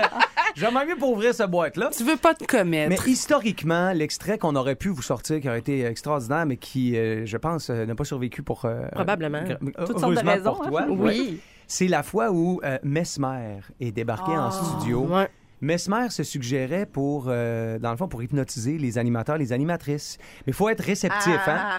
Speaker 2: j'aimerais mieux pas ouvrir ce boîte-là.
Speaker 5: Tu veux pas te commettre.
Speaker 2: Mais historiquement, l'extrait qu'on aurait pu vous sortir, qui aurait été extraordinaire, mais qui, euh, je pense, euh, n'a pas survécu pour... euh,
Speaker 20: Probablement.
Speaker 2: gra-
Speaker 20: Toutes
Speaker 2: heureusement
Speaker 20: sortes de raisons,
Speaker 2: pour
Speaker 20: hein.
Speaker 2: toi.
Speaker 20: Oui.
Speaker 2: ouais. C'est la fois où euh, Mesmer est débarqué en
Speaker 20: Ah,
Speaker 2: studio. Mesmer se suggérait pour, euh, dans le fond, pour hypnotiser les animateurs, les animatrices. Mais il faut être réceptif, hein?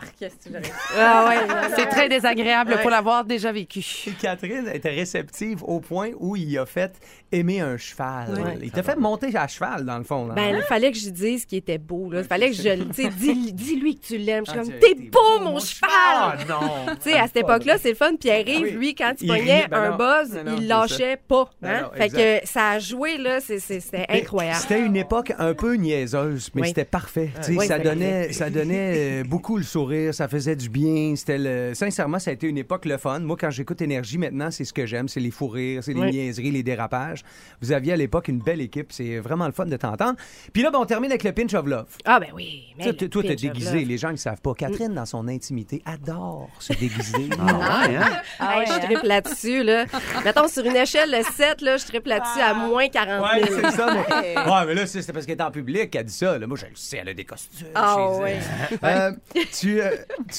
Speaker 5: Ah ouais, c'est très désagréable
Speaker 2: Ouais.
Speaker 5: pour l'avoir déjà vécu.
Speaker 2: Catherine était réceptive au point où il a fait aimer un cheval.
Speaker 20: Ouais.
Speaker 2: Il t'a fait monter à cheval, dans le fond. là. Hein?
Speaker 20: Ben, il fallait que je dise ce qui était beau. Là. Il fallait que je le tu sais, dis- dis-lui que tu l'aimes. Je suis
Speaker 2: Ah,
Speaker 20: comme,
Speaker 2: t'es-
Speaker 20: t'es beau, mon cheval!
Speaker 2: cheval! Ah, non.
Speaker 20: Tu sais, à cette époque-là, c'est le fun. Puis Pierre-Yves,
Speaker 2: Ah Oui.
Speaker 20: lui, quand il,
Speaker 2: Il
Speaker 20: pognait
Speaker 2: riait, ben
Speaker 20: un
Speaker 2: non.
Speaker 20: buzz,
Speaker 2: Non, non,
Speaker 20: il
Speaker 2: c'est
Speaker 20: lâchait pas.
Speaker 2: Non,
Speaker 20: hein.
Speaker 2: non,
Speaker 20: fait
Speaker 2: exact.
Speaker 20: que ça a joué, là, c'est- c'est- c'était
Speaker 2: Mais
Speaker 20: incroyable.
Speaker 2: C'était une époque un peu niaiseuse, mais
Speaker 20: Oui.
Speaker 2: c'était parfait.
Speaker 20: Ah,
Speaker 2: Tu sais,
Speaker 20: oui,
Speaker 2: ça,
Speaker 20: c'est
Speaker 2: donnait,
Speaker 20: vrai.
Speaker 2: ça donnait euh, beaucoup le sourire, ça faisait du bien. C'était le... Sincèrement, ça a été une époque le fun. Moi, quand j'écoute Énergie maintenant, c'est ce que j'aime c'est les fous rires, c'est les
Speaker 24: Oui.
Speaker 2: niaiseries, les dérapages. Vous aviez à l'époque une belle équipe, c'est vraiment le fun de t'entendre. Puis là, ben, on termine avec le Pinch of Love.
Speaker 20: Ah, ben oui. mais
Speaker 2: Tu sais,
Speaker 20: le
Speaker 2: toi, t'es
Speaker 20: pitch of
Speaker 2: déguisé.
Speaker 20: love.
Speaker 2: Les gens qui savent pas, Catherine, dans son intimité, adore se déguiser.
Speaker 20: Ah, Hey, je tripe là-dessus. Là. Mettons, sur une échelle de 7, là, je tripe là-dessus à moins 40 000.
Speaker 2: c'est ça. Mais... Ouais, mais là, c'est c'est parce qu'elle est en public qu'elle dit ça. Là, moi, je le sais, elle a des costumes.
Speaker 20: Ah,
Speaker 2: je les ai.
Speaker 20: ouais.
Speaker 2: Euh, tu, euh,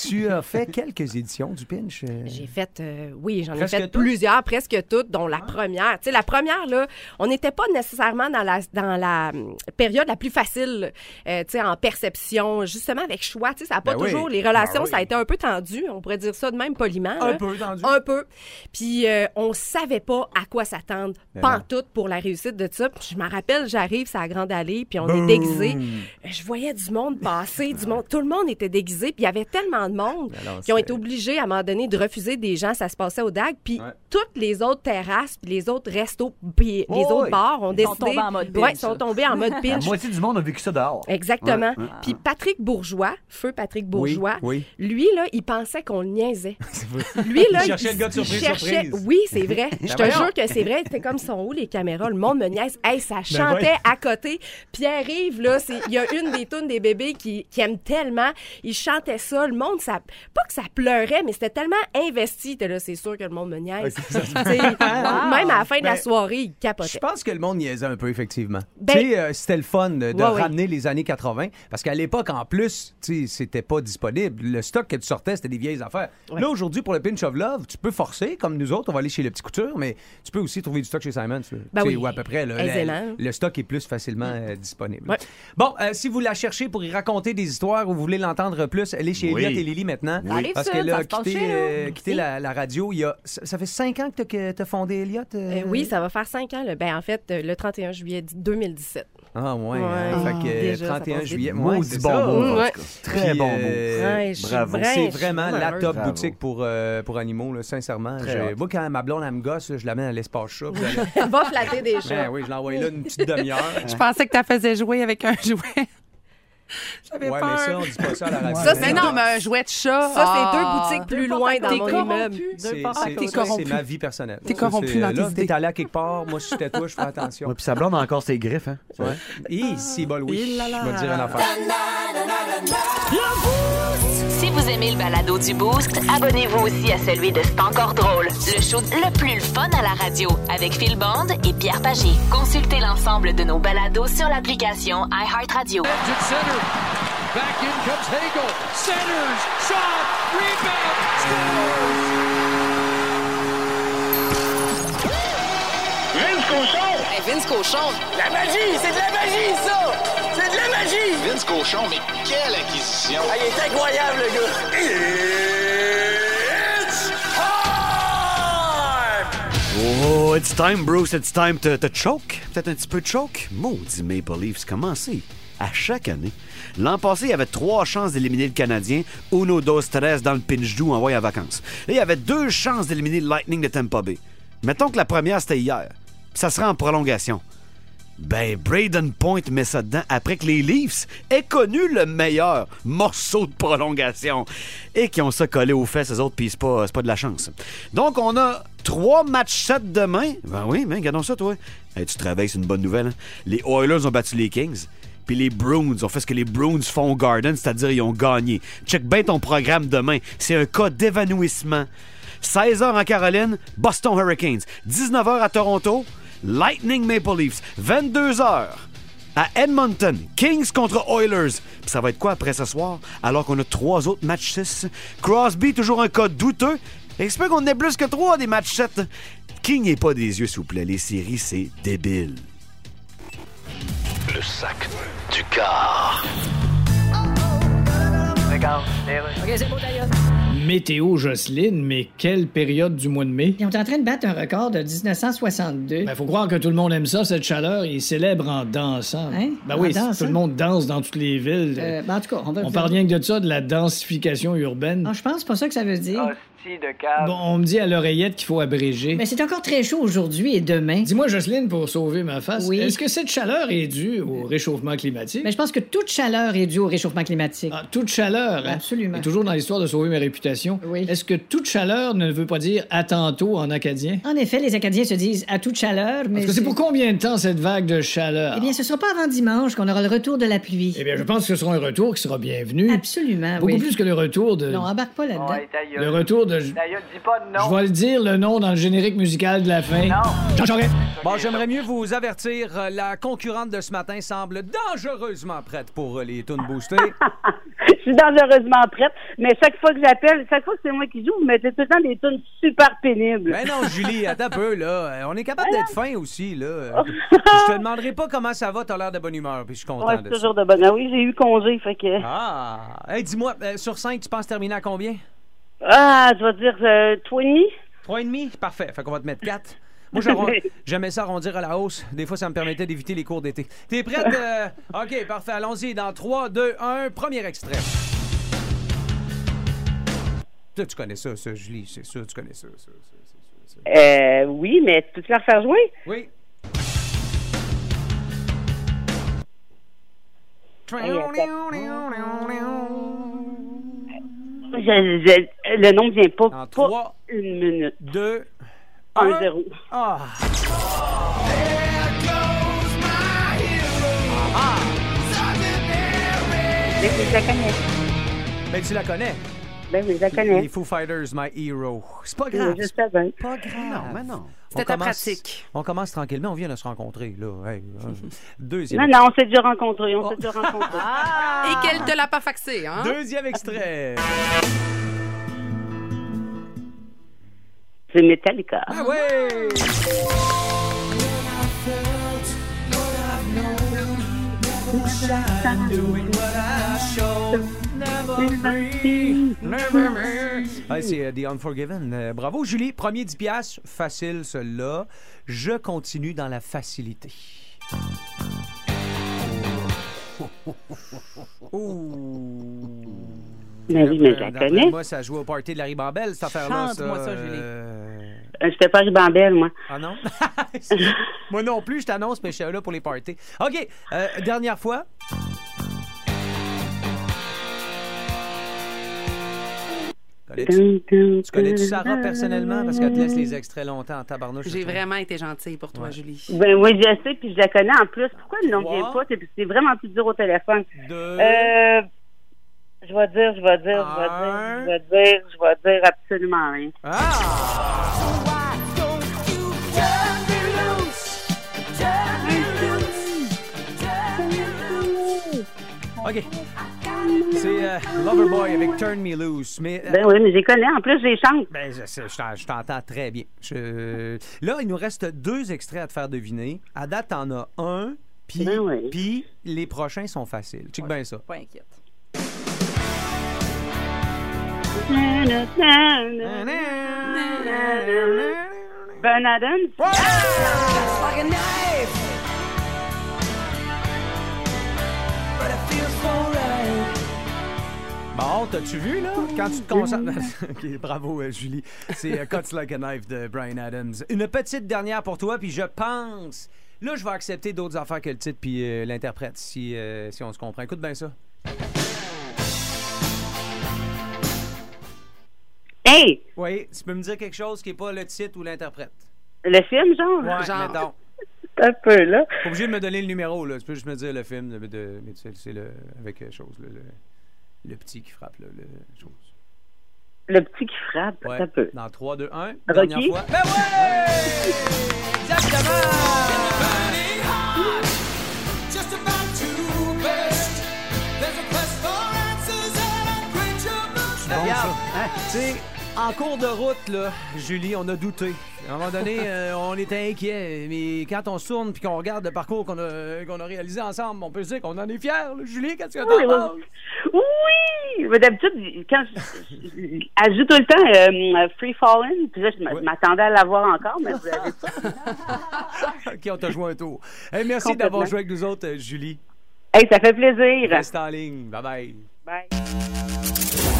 Speaker 2: tu as fait quelques éditions du Pinch. euh,
Speaker 20: J'ai fait, euh, oui, j'en ai
Speaker 2: Presque
Speaker 20: fait
Speaker 2: toutes? Ah.
Speaker 20: plusieurs, presque toutes, dont la première. Tu sais, la première, là, on n'était pas nécessairement dans la, dans la hum, période la plus facile, euh, tu sais, en perception, justement avec choix. Tu sais, ça n'a pas
Speaker 2: Ben oui.
Speaker 20: toujours, les
Speaker 2: Ben
Speaker 20: relations,
Speaker 2: oui.
Speaker 20: ça a été un peu tendu, on pourrait dire ça de même poliment.
Speaker 2: Un
Speaker 20: là.
Speaker 2: peu tendu.
Speaker 20: Un peu. Puis euh, on savait pas à quoi s'attendre,
Speaker 2: Ben non.
Speaker 20: pantoute, pour la réussite de ça. Puis je m'en rappelle, j'arrive, c'est la Grande Allée, puis on
Speaker 2: Boum.
Speaker 20: est déguisés. Je voyais du monde passer, du monde. Tout le monde était déguisé, puis il y avait tellement de monde
Speaker 2: Ben non,
Speaker 20: qui ont
Speaker 2: c'est-
Speaker 20: été obligés à un moment donné de refuser des gens. Ça se passait au DAG. Puis
Speaker 2: Ouais.
Speaker 20: toutes les autres terrasses, puis les autres restos, puis
Speaker 2: Oh
Speaker 20: les autres
Speaker 2: oui.
Speaker 20: bars ont
Speaker 4: Ils sont
Speaker 20: décidé.
Speaker 4: tombés en mode
Speaker 20: Ouais,
Speaker 4: pinch,
Speaker 20: sont
Speaker 4: là.
Speaker 20: tombés en mode
Speaker 3: La
Speaker 20: pinch.
Speaker 3: moitié du monde a vécu ça dehors.
Speaker 20: Exactement.
Speaker 3: Ouais, ouais.
Speaker 20: Puis Patrick Bourgeois, feu Patrick Bourgeois,
Speaker 2: Oui,
Speaker 20: lui, là, il pensait qu'on le niaisait.
Speaker 2: vrai.
Speaker 20: Lui, là,
Speaker 2: Il cherchait le gars de surprise,
Speaker 20: cherchait-
Speaker 2: surprise.
Speaker 20: Oui, c'est vrai. Je te
Speaker 2: voyons.
Speaker 20: jure que c'est vrai. C'était comme son haut, les caméras. Le monde me niaise. Hey,
Speaker 2: Ben
Speaker 20: ça chantait
Speaker 2: voyons.
Speaker 20: à côté. Pierre-Yves, là, c'est- il y a une des tunes des bébés qui, qui aime tellement. Il chantait ça. Le monde, ça, pas que ça pleurait, mais c'était tellement investi. T'es là, c'est sûr que le monde me niaise. T'sais, Même à la fin de la
Speaker 2: Ben,
Speaker 20: soirée, il
Speaker 2: Je
Speaker 20: capotait.
Speaker 2: pense que le monde niaisait un peu, effectivement.
Speaker 20: Ben-
Speaker 2: tu sais, euh, c'était le fun de, de
Speaker 20: Ouais, ouais.
Speaker 2: ramener les années 80, parce qu'à l'époque, en plus, tu sais, c'était pas disponible. Le stock que tu sortais, c'était des vieilles affaires. Là, aujourd'hui, pour le Pinch of Love, tu peux forcer, comme nous autres, on va aller chez Le Petit Couture, mais tu peux aussi trouver du stock chez Simon,
Speaker 20: Ben oui,
Speaker 2: ou à peu près. là,
Speaker 20: aisément.
Speaker 2: le, le stock est plus facilement euh, disponible.
Speaker 20: Ouais.
Speaker 2: Bon, euh, si vous la cherchez pour y raconter des histoires ou vous voulez l'entendre plus, allez chez
Speaker 3: Oui.
Speaker 2: Elliot et Lily maintenant.
Speaker 4: Oui. Arrive
Speaker 2: Parce
Speaker 4: ça,
Speaker 2: que là,
Speaker 4: ça se passe
Speaker 2: quitter,
Speaker 4: chez nous.
Speaker 2: euh,
Speaker 4: Merci.
Speaker 2: quitter la, la radio, il y a, ça ça fait cinq ans que tu as fondé Elliot? euh?
Speaker 20: Euh, oui, ça va faire cinq ans. là. Ben, en fait, euh, le 31 juillet 2017.
Speaker 2: Ah
Speaker 20: Ouais.
Speaker 2: ouais, hein, fait que
Speaker 20: Déjà, ça
Speaker 2: 31
Speaker 20: passe
Speaker 2: juillet.
Speaker 3: vite.
Speaker 2: Ouais,
Speaker 3: Maudit
Speaker 2: c'est
Speaker 3: bon
Speaker 2: ça.
Speaker 3: mot, en tout
Speaker 20: Ouais.
Speaker 3: cas. Très
Speaker 2: Puis,
Speaker 3: bon mot.
Speaker 2: euh,
Speaker 20: Ouais, je suis
Speaker 3: bravo.
Speaker 20: bien-
Speaker 2: C'est
Speaker 20: je suis
Speaker 2: vraiment
Speaker 20: bien
Speaker 2: la
Speaker 20: heureuse.
Speaker 2: top
Speaker 3: Bravo.
Speaker 2: boutique pour, euh, pour animaux, là, sincèrement.
Speaker 3: Très
Speaker 2: Je-
Speaker 3: hot.
Speaker 2: moi, quand ma blonde, elle me gosse, là, je l'amène à l'espace chat. puis elle-
Speaker 20: va flatter des
Speaker 2: Ben
Speaker 20: chats.
Speaker 2: oui, je l'envoie là une petite demi-heure.
Speaker 5: Je pensais que tu faisais jouer avec un jouet. J'avais
Speaker 2: Ouais, mais
Speaker 5: peur.
Speaker 2: ça, on dit pas ça à la radio.
Speaker 5: Ça, c'est non, mais un jouet de chat.
Speaker 20: Ça,
Speaker 5: ah.
Speaker 20: c'est deux boutiques plus loin dans
Speaker 5: T'es
Speaker 20: mon
Speaker 5: corrompu.
Speaker 20: immeuble.
Speaker 2: C'est-
Speaker 4: Deux portes à
Speaker 2: c'est-
Speaker 4: côté.
Speaker 5: T'es corrompu.
Speaker 2: C'est ma vie personnelle.
Speaker 5: T'es
Speaker 2: Ça,
Speaker 5: corrompu
Speaker 2: c'est- euh,
Speaker 5: dans
Speaker 2: Là,
Speaker 5: tes
Speaker 2: t'es
Speaker 5: idées.
Speaker 2: allé à quelque part. Moi, si j'étais toi, je fais attention.
Speaker 3: Ouais, puis sa blonde a encore ses griffes, hein? Ouais.
Speaker 2: Hi, si bol, oui.
Speaker 5: Il
Speaker 2: Je
Speaker 5: la la.
Speaker 2: vais te dire une affaire.
Speaker 1: Si vous aimez le balado du Boost, abonnez-vous aussi à celui de C'est encore drôle, le show le plus fun à la radio avec Phil Bond et Pierre Pagé. Consultez l'ensemble de nos balados sur l'application iHeartRadio.
Speaker 6: Vince Cochon!
Speaker 5: Vince Cochon.
Speaker 13: La magie, c'est de la magie, ça! C'est de la magie!
Speaker 6: Vince Cochon, mais quelle acquisition!
Speaker 13: Ah, il est incroyable, le gars! It's time!
Speaker 3: Oh, it's time, Bruce, it's time to, to choke. Peut-être un petit peu de choke. Maudit Maple Leafs, comment c'est? À chaque année. L'an passé, il y avait trois chances d'éliminer le Canadien. Uno, dos, tres dans le pinch doux envoyé en vacances. Là, il y avait deux chances d'éliminer le Lightning de Tampa Bay. Mettons que la première, c'était hier. Puis Ça sera en prolongation. Ben, Braden Point met ça dedans après que les Leafs aient connu le meilleur morceau de prolongation et qui ont ça collé aux fesses, eux autres, puis c'est pas, c'est pas de la chance. Donc, on a trois matchs 7 demain. Ben oui, mais regardons ça, toi. Hey, tu travailles, c'est une bonne nouvelle. hein. Les Oilers ont battu les Kings. Puis les Bruins ont fait ce que les Bruins font au Garden, c'est-à-dire ils ont gagné. Check bien ton programme demain. C'est un cas d'évanouissement. 16h en Caroline, Boston Hurricanes. 19h à Toronto, Lightning Maple Leafs. 22h à Edmonton, Kings contre Oilers. Puis ça va être quoi après ce soir, alors qu'on a trois autres matchs 6? Crosby, toujours un cas douteux. Espère qu'on en ait plus que trois des matchs 7. Clignez pas des yeux, s'il vous plaît. Les séries, c'est débile.
Speaker 15: Le sac du car.
Speaker 18: Euh,
Speaker 12: Météo Jocelyne, mais quelle période du mois de mai.
Speaker 18: Puis on est en train de battre un record de 1962.
Speaker 12: Ben, faut croire que tout le monde aime ça, cette chaleur. Ils célèbrent en dansant.
Speaker 18: Hein?
Speaker 12: Ben
Speaker 18: En
Speaker 12: oui,
Speaker 18: dansant?
Speaker 12: tout le monde danse dans toutes les villes.
Speaker 18: Euh, ben, en tout cas, on va
Speaker 12: on
Speaker 18: vous-
Speaker 12: parle rien que de ça, de la densification urbaine.
Speaker 18: Ah, je pense pas ça que ça veut dire.
Speaker 12: Bon, on me dit à l'oreillette qu'il faut abréger.
Speaker 18: Mais c'est encore très chaud aujourd'hui et demain.
Speaker 12: Dis-moi, Jocelyne, pour sauver ma face,
Speaker 18: Oui.
Speaker 12: est-ce que cette chaleur est due au réchauffement climatique?
Speaker 18: Mais je pense que toute chaleur est due au réchauffement climatique.
Speaker 12: Ah, toute chaleur, hein?
Speaker 18: Absolument.
Speaker 12: Et toujours dans l'histoire de sauver ma salutations. Est-ce que toute chaleur ne veut pas dire à tantôt en acadien?
Speaker 18: En effet, les Acadiens se disent à toute chaleur, mais.
Speaker 12: Parce que c'est pour combien de temps cette vague de chaleur?
Speaker 18: Eh bien, ce sera pas avant dimanche qu'on aura le retour de la pluie.
Speaker 12: Eh bien, je pense que ce sera un retour qui sera bienvenu.
Speaker 18: Absolument,
Speaker 12: Beaucoup
Speaker 18: oui.
Speaker 12: plus que le retour de.
Speaker 18: Non, embarque pas là-dedans.
Speaker 12: Le retour de.
Speaker 25: dis pas de
Speaker 12: Je vais le dire le nom dans le générique musical de la fin. Non. Jean Charest.
Speaker 2: Bon, j'aimerais mieux vous avertir, euh, la concurrente de ce matin semble dangereusement prête pour euh, les tunes boostées.
Speaker 11: Je suis dangereusement prête, mais chaque fois que j'appelle, chaque fois que c'est moi qui joue, vous mettez tout le temps des tunes super pénibles.
Speaker 2: Mais Ben non, Julie, attends un peu, là. Euh, On est capable d'être fin aussi, là. Euh, Je te demanderai pas comment ça va, t'as l'air de bonne humeur, puis je suis content
Speaker 11: Ouais,
Speaker 2: de
Speaker 11: c'est
Speaker 2: ça.
Speaker 11: toujours de bonne. Ah oui, j'ai eu congé, fait que.
Speaker 2: Ah! Hey, dis-moi, euh, sur 5, tu penses terminer à combien?
Speaker 11: Ah, je vais dire euh, 20.
Speaker 2: 3,5? Parfait. Fait qu'on va te mettre 4. Moi, j'arron- j'aimais ça arrondir à la hausse. Des fois, ça me permettait d'éviter les cours d'été. T'es prête? euh, OK, parfait. Allons-y. Dans 3, 2, 1, premier extrait. Toi, tu connais ça, ça, Julie. C'est sûr, tu connais ça, ça, ça.
Speaker 11: Euh, oui, mais peux-tu la refaire jouer?
Speaker 2: Oui. Ah.
Speaker 11: Je- je- le nom ne vient pas. pas
Speaker 2: trois,
Speaker 11: une minute.
Speaker 2: Deux.
Speaker 11: Un, zéro.
Speaker 2: Ah! Ah.
Speaker 11: Mais je la connais.
Speaker 2: Mais tu la connais?
Speaker 11: Ben oui, je la connais.
Speaker 2: Les Foo Fighters, My Hero. C'est pas grave.
Speaker 11: Oui, je savais.
Speaker 2: Pas grave.
Speaker 11: Non, mais
Speaker 2: non.
Speaker 11: C'était ta pratique.
Speaker 2: On commence tranquillement. On vient de se rencontrer, là. Hey, euh, deuxième.
Speaker 11: Non, non, on s'est déjà rencontrés. On s'est déjà
Speaker 2: Oh.
Speaker 11: rencontrés.
Speaker 5: Et qu'elle te l'a pas faxé, hein?
Speaker 2: Deuxième extrait.
Speaker 11: C'est Metallica.
Speaker 2: Ah ouais! Ouais, c'est euh, The Unforgiven. Euh, bravo, Julie. Premier 10 piastres. Facile, celui-là. Je continue dans la facilité.
Speaker 11: Mais oui, mais je la
Speaker 2: Euh, D'après
Speaker 11: connais.
Speaker 2: Moi, ça joue au party de la ribambelle, cette affaire-là.
Speaker 11: Chante-moi ça, Julie.
Speaker 2: Euh,
Speaker 11: Euh, J'étais pas ribambelle, moi.
Speaker 2: Ah non? Moi non plus, je t'annonce, mais je suis là pour les parties. OK, euh, dernière fois. Connais-tu- Tu connais-tu Sarah personnellement? Parce qu'elle te laisse les extraits longtemps en tabarnouche.
Speaker 5: J'ai
Speaker 2: je trouve.
Speaker 5: vraiment été gentille pour toi, Julie.
Speaker 11: Ben oui, je sais, puis je la connais en plus. Pourquoi le nom
Speaker 5: Trois.
Speaker 11: vient pas? C'est c'est vraiment plus dur au téléphone.
Speaker 2: Deux.
Speaker 11: Euh, je vais dire, je vais dire, je vais dire, je vais dire, je vais dire absolument rien.
Speaker 2: Ah! OK. C'est euh, Loverboy avec Turn Me Loose. Mais, euh,
Speaker 11: Ben oui, mais je les connais. En plus, je les chante.
Speaker 2: Ben, je, sais, je t'en- je t'entends très bien. Je- Là, il nous reste deux extraits à te faire deviner. À date, t'en as un, puis puis les prochains sont faciles. Check bien ça.
Speaker 4: Pas inquiète.
Speaker 11: Ben Adams.
Speaker 2: Bon, t'as-tu vu, là? Quand tu te concentres... OK, bravo, euh, Julie. C'est euh, Cuts Like a Knife de Brian Adams. Une petite dernière pour toi, puis je pense... Là, je vais accepter d'autres affaires que le titre puis euh, l'interprète, si, euh, si on se comprend. Écoute bien ça.
Speaker 11: Hey!
Speaker 2: Oui, tu peux me dire quelque chose qui n'est pas le titre ou l'interprète?
Speaker 11: Le film, genre?
Speaker 2: Ouais, mettons.
Speaker 11: Un peu, là.
Speaker 2: Pas obligé de me donner le numéro, là. Tu peux juste me dire le film, de, de- mais tu sais, c'est le... avec quelque chose, là, le, le petit qui frappe, là, le chose.
Speaker 11: Le petit qui frappe.
Speaker 2: Ouais.
Speaker 11: Ça peut.
Speaker 2: Dans 3, 2, 1.
Speaker 11: Rocky?
Speaker 2: Dernière fois. Ben ouais! Regarde, hein, tu sais, en cours de route, là, Julie, on a douté. À un moment donné, euh, on était inquiet. Mais quand on se tourne puis qu'on regarde le parcours qu'on a, qu'on a réalisé ensemble, on peut se dire qu'on en est fiers. là. Julie, qu'est-ce que
Speaker 11: Oui,
Speaker 2: t'en penses?
Speaker 11: oui. Oui! Mais d'habitude, quand je, je- elle joue tout le temps euh, Free Fallen, puis là, je m- m'attendais à la voir encore, mais vous avez ça.
Speaker 2: OK, on t'a joué un tour. Hey, merci
Speaker 11: Complètement.
Speaker 2: d'avoir joué avec nous autres, euh, Julie.
Speaker 11: Hey, ça fait plaisir.
Speaker 2: Reste en ligne. Bye-bye.
Speaker 11: ben,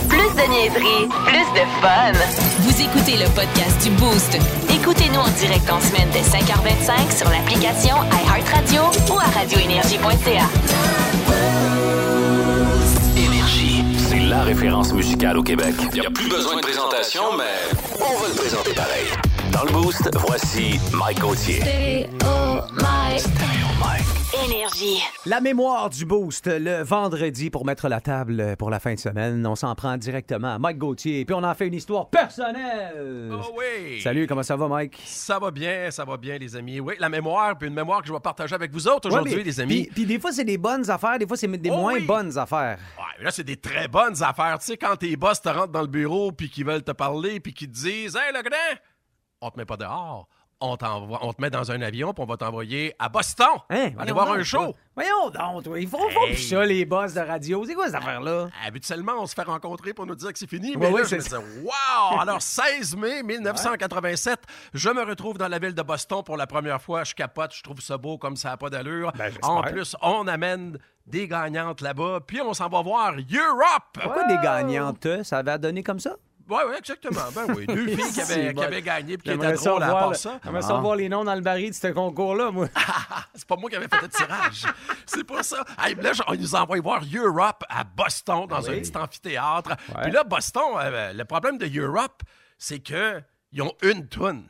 Speaker 1: Plus de niaiserie, plus de fun. Vous écoutez le podcast du Boost. Écoutez-nous en direct en semaine dès 5h25 sur l'application iHeartRadio ou à radioénergie.ca.
Speaker 15: Énergie, c'est la référence musicale au Québec. Il n'y a plus besoin de présentation, mais on va le présenter pareil. Dans le boost, voici Mike Gauthier.
Speaker 1: Énergie.
Speaker 2: La mémoire du boost le vendredi pour mettre la table euh, pour la fin de semaine. On s'en prend directement à Mike Gauthier. Puis on en fait une histoire personnelle.
Speaker 10: Oh oui!
Speaker 2: Salut, comment ça va, Mike?
Speaker 10: Ça va bien, ça va bien, les amis. Oui, la mémoire, puis une mémoire que je vais partager avec vous autres aujourd'hui,
Speaker 2: Ouais, mais-
Speaker 10: les amis.
Speaker 2: Puis, puis des fois, c'est des bonnes affaires, des fois, c'est des
Speaker 10: Oh
Speaker 2: moins
Speaker 10: oui.
Speaker 2: bonnes affaires.
Speaker 10: Ouais, mais là, c'est des très bonnes affaires. Tu sais, quand tes boss te rentrent dans le bureau, puis qu'ils veulent te parler, puis qu'ils te disent Hey, le grand, on te met pas dehors. On, t'envoie- on te met dans un avion, puis on va t'envoyer à Boston. aller
Speaker 2: Hein, voyons
Speaker 10: voir
Speaker 2: donc,
Speaker 10: un show.
Speaker 2: toi. Voyons donc, toi. Ils font, font
Speaker 10: Hey.
Speaker 2: plus ça, les boss de radio. C'est quoi cette affaire-là?
Speaker 10: Ah, Habituellement, on se fait rencontrer pour nous dire que c'est fini,
Speaker 2: Ouais,
Speaker 10: mais là,
Speaker 2: ouais,
Speaker 10: je
Speaker 2: c'est
Speaker 10: me
Speaker 2: ça.
Speaker 10: disais, wow! Alors, 16 mai 1987, je me retrouve dans la ville de Boston pour la première fois. Je capote, je trouve ça beau comme ça n'a pas d'allure.
Speaker 2: Ben, j'espère.
Speaker 10: en plus, on amène des gagnantes là-bas, puis on s'en va voir Europe!
Speaker 2: Pourquoi des gagnantes? Ça avait donné comme ça?
Speaker 10: Oui, oui, exactement. Ben oui, deux filles qui avaient,
Speaker 2: C'est
Speaker 10: qui
Speaker 2: bon. Ah.
Speaker 10: avaient gagné puis qui
Speaker 2: J'aimerais
Speaker 10: étaient
Speaker 2: ça
Speaker 10: drôles à
Speaker 2: voir
Speaker 10: part
Speaker 2: le-
Speaker 10: ça.
Speaker 2: J'aimerais ça voir les noms dans le baril de ce concours-là, moi.
Speaker 10: C'est pas moi qui avais fait le tirage. C'est pas ça. Hey, là, on nous envoie voir Europe à Boston
Speaker 2: Ah
Speaker 10: dans un petit amphithéâtre. Puis là, Boston, euh, le problème de Europe, c'est que ils ont une toune.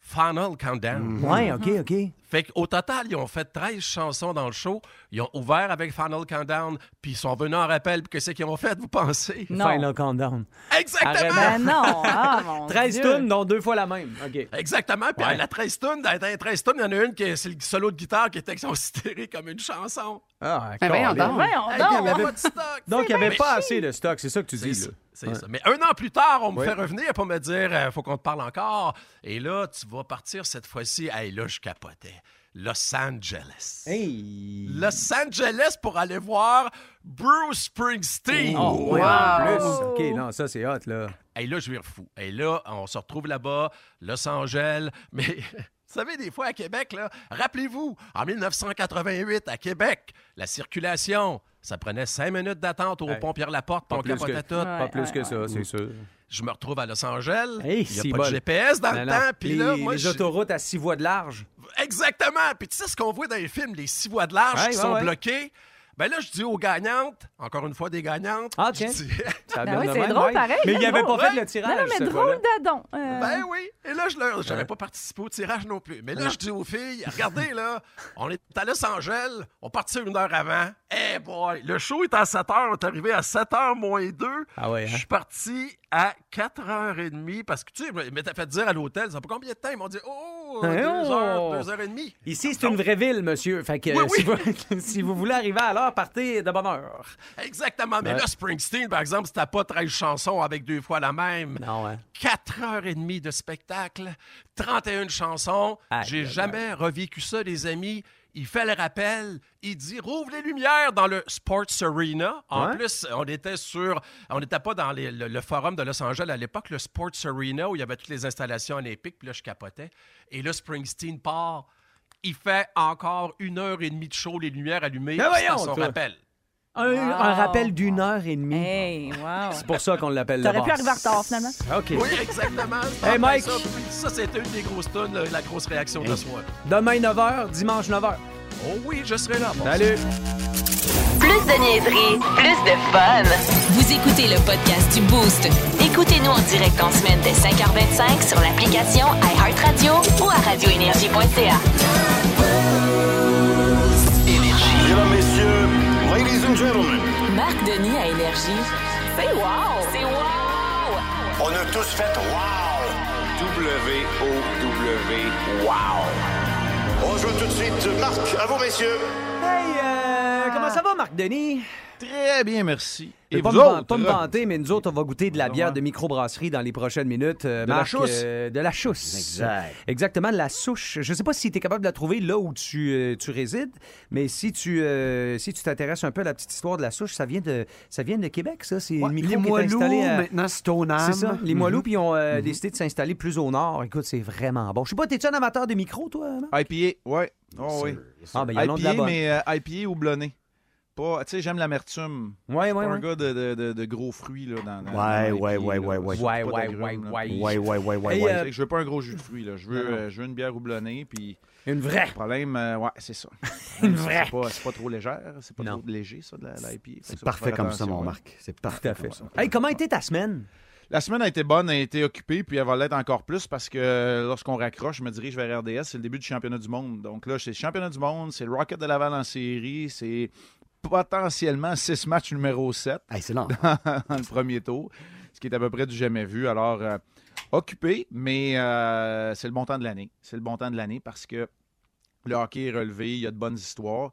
Speaker 10: Final Countdown.
Speaker 2: Mhm.
Speaker 10: Mhm.
Speaker 2: Ouais, OK, OK.
Speaker 10: Fait qu'au total, ils ont fait 13 chansons dans le show. Ils ont ouvert avec Final Countdown, puis ils sont venus en rappel. Puis qu'est-ce qu'ils ont fait, vous pensez?
Speaker 2: Final countdown.
Speaker 10: Exactement!
Speaker 2: Arrête.
Speaker 4: non, ah, mon
Speaker 2: 13
Speaker 4: Dieu.
Speaker 2: tunes, dont deux fois la même. OK.
Speaker 10: Exactement. Puis
Speaker 2: Ouais.
Speaker 10: la 13 tonnes, dans les 13 tonnes, il y en a une qui est- c'est le solo de guitare qui était considéré comme une chanson.
Speaker 2: Ah,
Speaker 10: Ben, voyons
Speaker 2: colin.
Speaker 10: donc.
Speaker 4: Voyons
Speaker 10: Hey,
Speaker 4: donc.
Speaker 10: il y avait pas de stock.
Speaker 2: Donc, il n'y avait
Speaker 10: bien
Speaker 2: pas
Speaker 10: chic.
Speaker 2: assez de stock, c'est ça que tu dis,
Speaker 10: C'est
Speaker 2: là.
Speaker 10: ça, c'est
Speaker 2: Ouais.
Speaker 10: ça. Mais un an plus tard, on me
Speaker 2: Oui.
Speaker 10: fait revenir pour me dire euh, faut qu'on te parle encore. Et là, tu vas partir cette fois-ci. Hey, là, je capotais. Los Angeles.
Speaker 2: Hey!
Speaker 10: Los Angeles pour aller voir Bruce Springsteen.
Speaker 2: Oh, ouais, en plus. OK, non, ça, c'est hot, là.
Speaker 10: Et là, je vire fou. Et là, on se retrouve là-bas, Los Angeles. Mais vous savez, des fois à Québec, là, rappelez-vous, en 1988, à Québec, la circulation, ça prenait cinq minutes d'attente au
Speaker 2: Hey.
Speaker 10: pont Pierre-Laporte,
Speaker 2: Pas
Speaker 10: pont
Speaker 2: plus que,
Speaker 10: capotait tout.
Speaker 2: pas plus que ça, c'est sûr.
Speaker 10: Je me retrouve à Los Angeles.
Speaker 2: Hey,
Speaker 10: Il n'y a
Speaker 2: c'est
Speaker 10: pas
Speaker 2: bon.
Speaker 10: de GPS dans
Speaker 2: Non,
Speaker 10: le
Speaker 2: non.
Speaker 10: temps. Puis
Speaker 2: les,
Speaker 10: là, moi,
Speaker 2: les
Speaker 10: je-
Speaker 2: autoroutes à six voies de large.
Speaker 10: Exactement. Puis tu sais ce qu'on voit dans les films, les six voies de large
Speaker 2: Ouais,
Speaker 10: qui
Speaker 2: ouais,
Speaker 10: sont
Speaker 2: ouais.
Speaker 10: bloquées. Ben là, je dis aux gagnantes, encore une fois des gagnantes.
Speaker 2: Ah,
Speaker 10: je
Speaker 2: tiens.
Speaker 10: dis-
Speaker 2: Ça
Speaker 4: Ben
Speaker 2: donne
Speaker 4: oui,
Speaker 2: de
Speaker 4: c'est
Speaker 2: même,
Speaker 4: drôle,
Speaker 2: ouais.
Speaker 4: pareil,
Speaker 2: Mais il
Speaker 4: c'est
Speaker 2: n'y avait
Speaker 4: drôle.
Speaker 2: pas fait le
Speaker 4: Non,
Speaker 2: tirage.
Speaker 4: non, mais
Speaker 2: ce
Speaker 4: drôle
Speaker 2: gars-là.
Speaker 4: d'adon. Euh,
Speaker 10: Ben oui. Et là, je leur, j'avais
Speaker 2: Ouais.
Speaker 10: pas participé au tirage non plus. Mais là, je dis aux filles, regardez là, on est à Los Angeles, on partit une heure avant. Eh boy, le show est à 7 heures, on est arrivé à 7 h moins 2.
Speaker 2: Ah ouais, hein?
Speaker 10: Je suis parti à 4h30 parce que tu sais, ils m'étaient fait dire à l'hôtel, ça prend combien de temps? Ils m'ont dit, oh, 2
Speaker 2: Hein, oh!
Speaker 10: heures, 2h30.
Speaker 2: Ici, c'est une vraie ville, monsieur. Fait que
Speaker 10: Oui,
Speaker 2: Si, vous, si vous voulez arriver à l'heure, partez de bonne heure.
Speaker 10: Exactement. Mais
Speaker 2: Ouais.
Speaker 10: là, Springsteen, par exemple, c'était pas 13 chansons avec deux fois la même.
Speaker 2: Non, ouais.
Speaker 10: 4h30 de spectacle, 31 chansons.
Speaker 2: Aïe, aïe,
Speaker 10: J'ai
Speaker 2: aïe.
Speaker 10: jamais revécu ça, les amis. Il fait le rappel, il dit rouvre les lumières dans le Sports Arena. En
Speaker 2: Ouais.
Speaker 10: plus, on était sur, on n'était pas dans les- le, le forum de Los Angeles à l'époque, le Sports Arena où il y avait toutes les installations olympiques. Puis là, je capotais. Et là, Springsteen part. Il fait encore une heure et demie de show, les lumières allumées.
Speaker 2: Mais
Speaker 10: puis c'est à
Speaker 2: voyons,
Speaker 10: son
Speaker 2: toi.
Speaker 10: rappel.
Speaker 2: Un, un rappel d'une heure et demie.
Speaker 4: Hey, wow.
Speaker 2: C'est pour ça qu'on l'appelle le
Speaker 4: T'aurais
Speaker 2: boss.
Speaker 4: pu
Speaker 2: Ah,
Speaker 4: arriver en retard, finalement.
Speaker 2: OK.
Speaker 10: Oui, exactement.
Speaker 2: Hey, Mike.
Speaker 10: Ça, ça c'était une des grosses tonnes, la, la grosse réaction de ce soir.
Speaker 2: Demain 9h, dimanche 9h.
Speaker 10: Oh oui, je serai là. bon.
Speaker 2: Salut!
Speaker 1: Plus de niaiserie, plus de fun. Vous écoutez le podcast du Boost. Écoutez-nous en direct en semaine dès 5h25 sur l'application iHeartRadio ou à radioénergie.ca.
Speaker 6: Mesdames, messieurs, ladies and gentlemen,
Speaker 1: Marc Denis à Énergie. C'est wow! C'est wow!
Speaker 6: on a tous fait wow! W-O-W, wow! On joue tout de suite. Marc, à vous, messieurs.
Speaker 2: Hey, euh, comment ça va, Marc Denis?
Speaker 26: Très bien, merci. Et
Speaker 2: pas,
Speaker 26: vous
Speaker 2: me,
Speaker 26: autres?
Speaker 2: pas me vanter, mais nous autres, on va goûter de la bière de microbrasserie dans les prochaines minutes. Euh,
Speaker 26: De la chousse.
Speaker 2: euh, de la chousse.
Speaker 26: Exact.
Speaker 2: Exactement, de la souche. Je ne sais pas si tu es capable de la trouver là où tu, euh, tu résides, mais si tu euh, si tu t'intéresses un peu à la petite histoire de la souche, ça vient de, ça vient de Québec, ça. C'est une
Speaker 3: Ouais, les
Speaker 2: micro qui est
Speaker 3: Moilous,
Speaker 2: installée à-
Speaker 3: maintenant, Stoneham.
Speaker 2: C'est ça. Les Moilous, puis ils ont euh, décidé de s'installer plus au nord. Écoute, c'est vraiment bon. Je sais pas, t'es-tu un amateur de micro, toi? Marc?
Speaker 8: Ah,
Speaker 26: IPA, ouais. Oh, oui.
Speaker 2: Ah, ben, il y en a de la
Speaker 26: IPA,
Speaker 2: bonne.
Speaker 26: mais euh, IPA ou blonné. Pas, tu sais, j'aime l'amertume.
Speaker 2: Ouais, ouais,
Speaker 26: Pas
Speaker 2: ouais.
Speaker 26: un gars de, de- de- de gros fruits, là, dans, dans-
Speaker 3: Ouais,
Speaker 26: dans
Speaker 3: ouais,
Speaker 26: IPA,
Speaker 3: ouais,
Speaker 26: là.
Speaker 3: ouais, ouais.
Speaker 26: Surtout
Speaker 2: Ouais,
Speaker 26: pas
Speaker 2: ouais,
Speaker 26: d'agrumes,
Speaker 2: ouais,
Speaker 26: là.
Speaker 2: ouais.
Speaker 3: Ouais, ouais, ouais, ouais,
Speaker 2: Hey,
Speaker 3: ouais.
Speaker 2: euh,
Speaker 26: Fait que Je veux pas un gros jus de fruits, là. Je veux,
Speaker 2: Non, non.
Speaker 26: euh, je veux une bière houblonnée, puis
Speaker 2: Une vraie. Le
Speaker 8: problème, euh, ouais, c'est ça.
Speaker 2: Une vraie.
Speaker 8: C'est pas, c'est pas trop légère, c'est pas trop léger, ça, de la, la IPA. Fait que
Speaker 3: C'est
Speaker 8: ça,
Speaker 3: parfait
Speaker 8: faut faire
Speaker 3: comme ça,
Speaker 8: attention,
Speaker 3: mon
Speaker 8: ouais.
Speaker 3: Marc. C'est parfait.
Speaker 2: à fait. Hey, comment était ta semaine?
Speaker 8: La semaine a été bonne, elle a été occupée, puis elle va l'être encore plus parce que euh, lorsqu'on raccroche, je me dirige vers RDS, c'est le début du championnat du monde. Donc là, c'est le championnat du monde, c'est le Rocket de Laval en série, c'est potentiellement six matchs numéro 7
Speaker 3: c'est long.
Speaker 8: dans le premier tour, ce qui est à peu près du jamais vu. Alors, euh, occupé, mais euh, c'est le bon temps de l'année. C'est le bon temps de l'année parce que le hockey est relevé, il y a de bonnes histoires.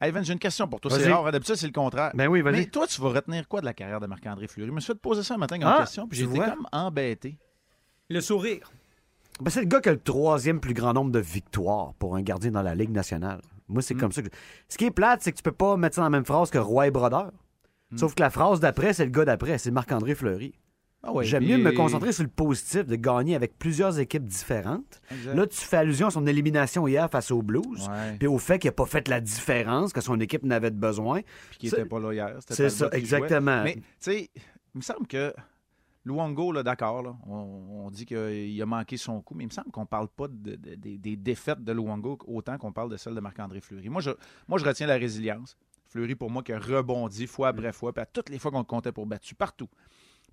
Speaker 8: Hey, Evan, j'ai une question pour toi. C'est
Speaker 3: Vas-y.
Speaker 8: rare, hein, d'habitude, c'est le contraire.
Speaker 3: Ben oui, vas-y.
Speaker 8: Mais toi, tu vas retenir quoi de la carrière de Marc-André Fleury? Je me suis fait poser ça un matin comme
Speaker 3: Ah,
Speaker 8: question, puis
Speaker 3: tu
Speaker 8: j'étais
Speaker 3: vois.
Speaker 8: comme embêté.
Speaker 2: Le sourire.
Speaker 3: Ben, c'est le gars qui a le troisième plus grand nombre de victoires pour un gardien dans la Ligue nationale. Moi,
Speaker 8: Hmm.
Speaker 3: c'est comme ça que. Ce qui est plate, c'est que tu peux pas mettre ça dans la même phrase que Roy et Brodeur.
Speaker 8: Hmm.
Speaker 3: Sauf que la phrase d'après, c'est le gars d'après, c'est Marc-André Fleury.
Speaker 8: Ah ouais,
Speaker 3: J'aime
Speaker 8: puis-
Speaker 3: mieux me concentrer sur le positif de gagner avec plusieurs équipes différentes.
Speaker 8: Exact.
Speaker 3: Là, tu fais allusion à son élimination hier face aux Blues,
Speaker 8: Ouais.
Speaker 3: puis au fait qu'il n'a pas fait la différence que son équipe n'avait de besoin.
Speaker 8: Puis qui
Speaker 3: Ça-
Speaker 8: n'était pas là hier. c'était
Speaker 3: c'est
Speaker 8: Talbot
Speaker 3: ça,
Speaker 8: qui jouait.
Speaker 3: exactement.
Speaker 8: Mais, tu sais, il me semble que Luongo, là, d'accord, là, on, on dit qu'il a manqué son coup, mais il me semble qu'on ne parle pas de- de- des- des défaites de Luongo autant qu'on parle de celle de Marc-André Fleury. Moi je, moi, je retiens la résilience. Fleury, pour moi, qui a rebondi fois après fois, puis à toutes les fois qu'on le comptait pour battu, partout.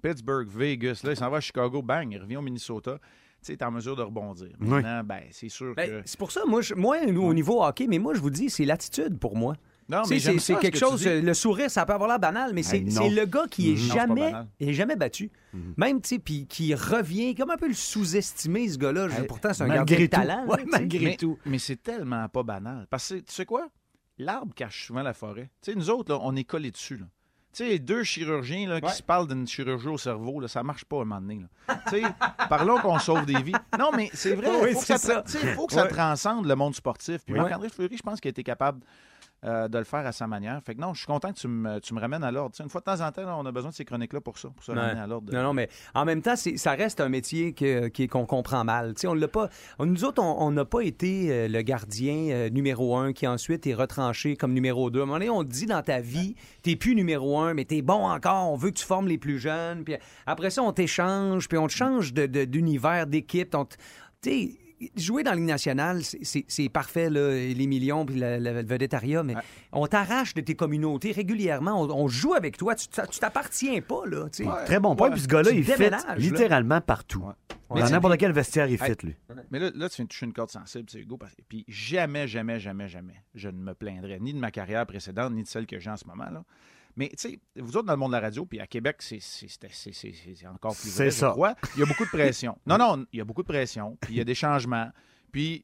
Speaker 8: Pittsburgh, Vegas, là, il s'en va à Chicago, bang, il revient au Minnesota. Tu sais, t'es en mesure de rebondir.
Speaker 3: Oui.
Speaker 8: Maintenant, ben, c'est sûr
Speaker 2: Ben,
Speaker 8: que.
Speaker 2: c'est pour ça, moi, je- moi, au niveau hockey, mais moi, je vous dis, c'est l'attitude pour moi.
Speaker 8: Non,
Speaker 2: Tu
Speaker 8: mais
Speaker 2: sais,
Speaker 8: j'aime
Speaker 2: c'est
Speaker 8: ça,
Speaker 2: c'est
Speaker 8: ce
Speaker 2: quelque
Speaker 8: que tu
Speaker 2: chose,
Speaker 8: dis.
Speaker 2: euh, le sourire, ça peut avoir l'air banal, mais c'est
Speaker 3: Hey, non.
Speaker 2: c'est le gars qui est
Speaker 8: Mhm. Non, c'est pas
Speaker 2: jamais,
Speaker 8: banal. Mhm.
Speaker 2: il est jamais battu. Même, tu sais, puis qui revient comme un peu le sous-estimé, ce gars-là. Je-
Speaker 8: Hey,
Speaker 2: Pourtant, c'est un gardien
Speaker 3: malgré
Speaker 2: de
Speaker 3: tout.
Speaker 2: talent.
Speaker 3: Ouais,
Speaker 2: là, tu sais.
Speaker 3: malgré
Speaker 8: mais,
Speaker 3: tout.
Speaker 8: mais c'est tellement pas banal. Parce que tu sais quoi? L'arbre cache souvent la forêt. Tu sais, nous autres, là, on est collés dessus. Là. Tu sais, deux chirurgiens là, qui se parlent d'une chirurgie au cerveau, là, ça marche pas à un moment donné. là. Tu sais, parlons qu'on sauve des vies. Non, mais c'est vrai,
Speaker 2: Oui,
Speaker 8: il faut que,
Speaker 2: c'est
Speaker 8: ça, tra-
Speaker 2: ça.
Speaker 8: tu sais, faut que ça
Speaker 2: Ouais.
Speaker 8: transcende le monde sportif. Puis
Speaker 2: Oui.
Speaker 8: Marc-André Fleury, je pense qu'il a été capable euh, de le faire à sa manière. Fait que non, je suis content que tu me, tu me ramènes à l'ordre. Tu sais, Une fois de temps en temps, là, on a besoin de ces chroniques-là pour ça, pour se
Speaker 2: Ouais.
Speaker 8: ramener à l'ordre.
Speaker 2: Non, non, mais en même temps, c'est- ça reste un métier que- qui- qu'on comprend mal. Tu sais, on l'a pas. on- nous autres, on on n'a pas été euh, le gardien euh, numéro un qui ensuite est retranché comme numéro deux. À un moment donné, on te dit dans ta vie, t'es plus numéro un, mais t'es bon encore. On veut que tu formes les plus jeunes. Puis après ça, on t'échange, puis on te change de- de- d'univers, d'équipe. On te- Tu sais, jouer dans la Ligue nationale, c'est- c'est c'est parfait, là, et les millions, puis la- la- le vedettariat, mais on t'arrache de tes communautés régulièrement. On, on joue avec toi. Tu tu t'appartiens pas, là. tu sais.
Speaker 3: Très bon point,
Speaker 8: Ouais.
Speaker 3: puis ce gars-là,
Speaker 2: Tu
Speaker 3: il fit
Speaker 2: déménages, là.
Speaker 3: littéralement partout.
Speaker 8: Mais
Speaker 3: Dans
Speaker 8: c'est-
Speaker 3: n'importe quel vestiaire, il fit,
Speaker 8: Hey.
Speaker 3: lui.
Speaker 8: Mais là, là, tu viens de toucher une corde sensible, c'est Hugo. Parce... Puis jamais, jamais, jamais, jamais, je ne me plaindrai ni de ma carrière précédente, ni de celle que j'ai en ce moment. là. Mais tu sais, vous autres dans le monde de la radio, puis à Québec, c'est- c'est c'était- c'est- c'est- c'est encore plus vrai,
Speaker 3: C'est
Speaker 8: je
Speaker 3: ça.
Speaker 8: crois. Il y a beaucoup de pression. non, non, il y a beaucoup de pression, puis il y a des changements. Puis,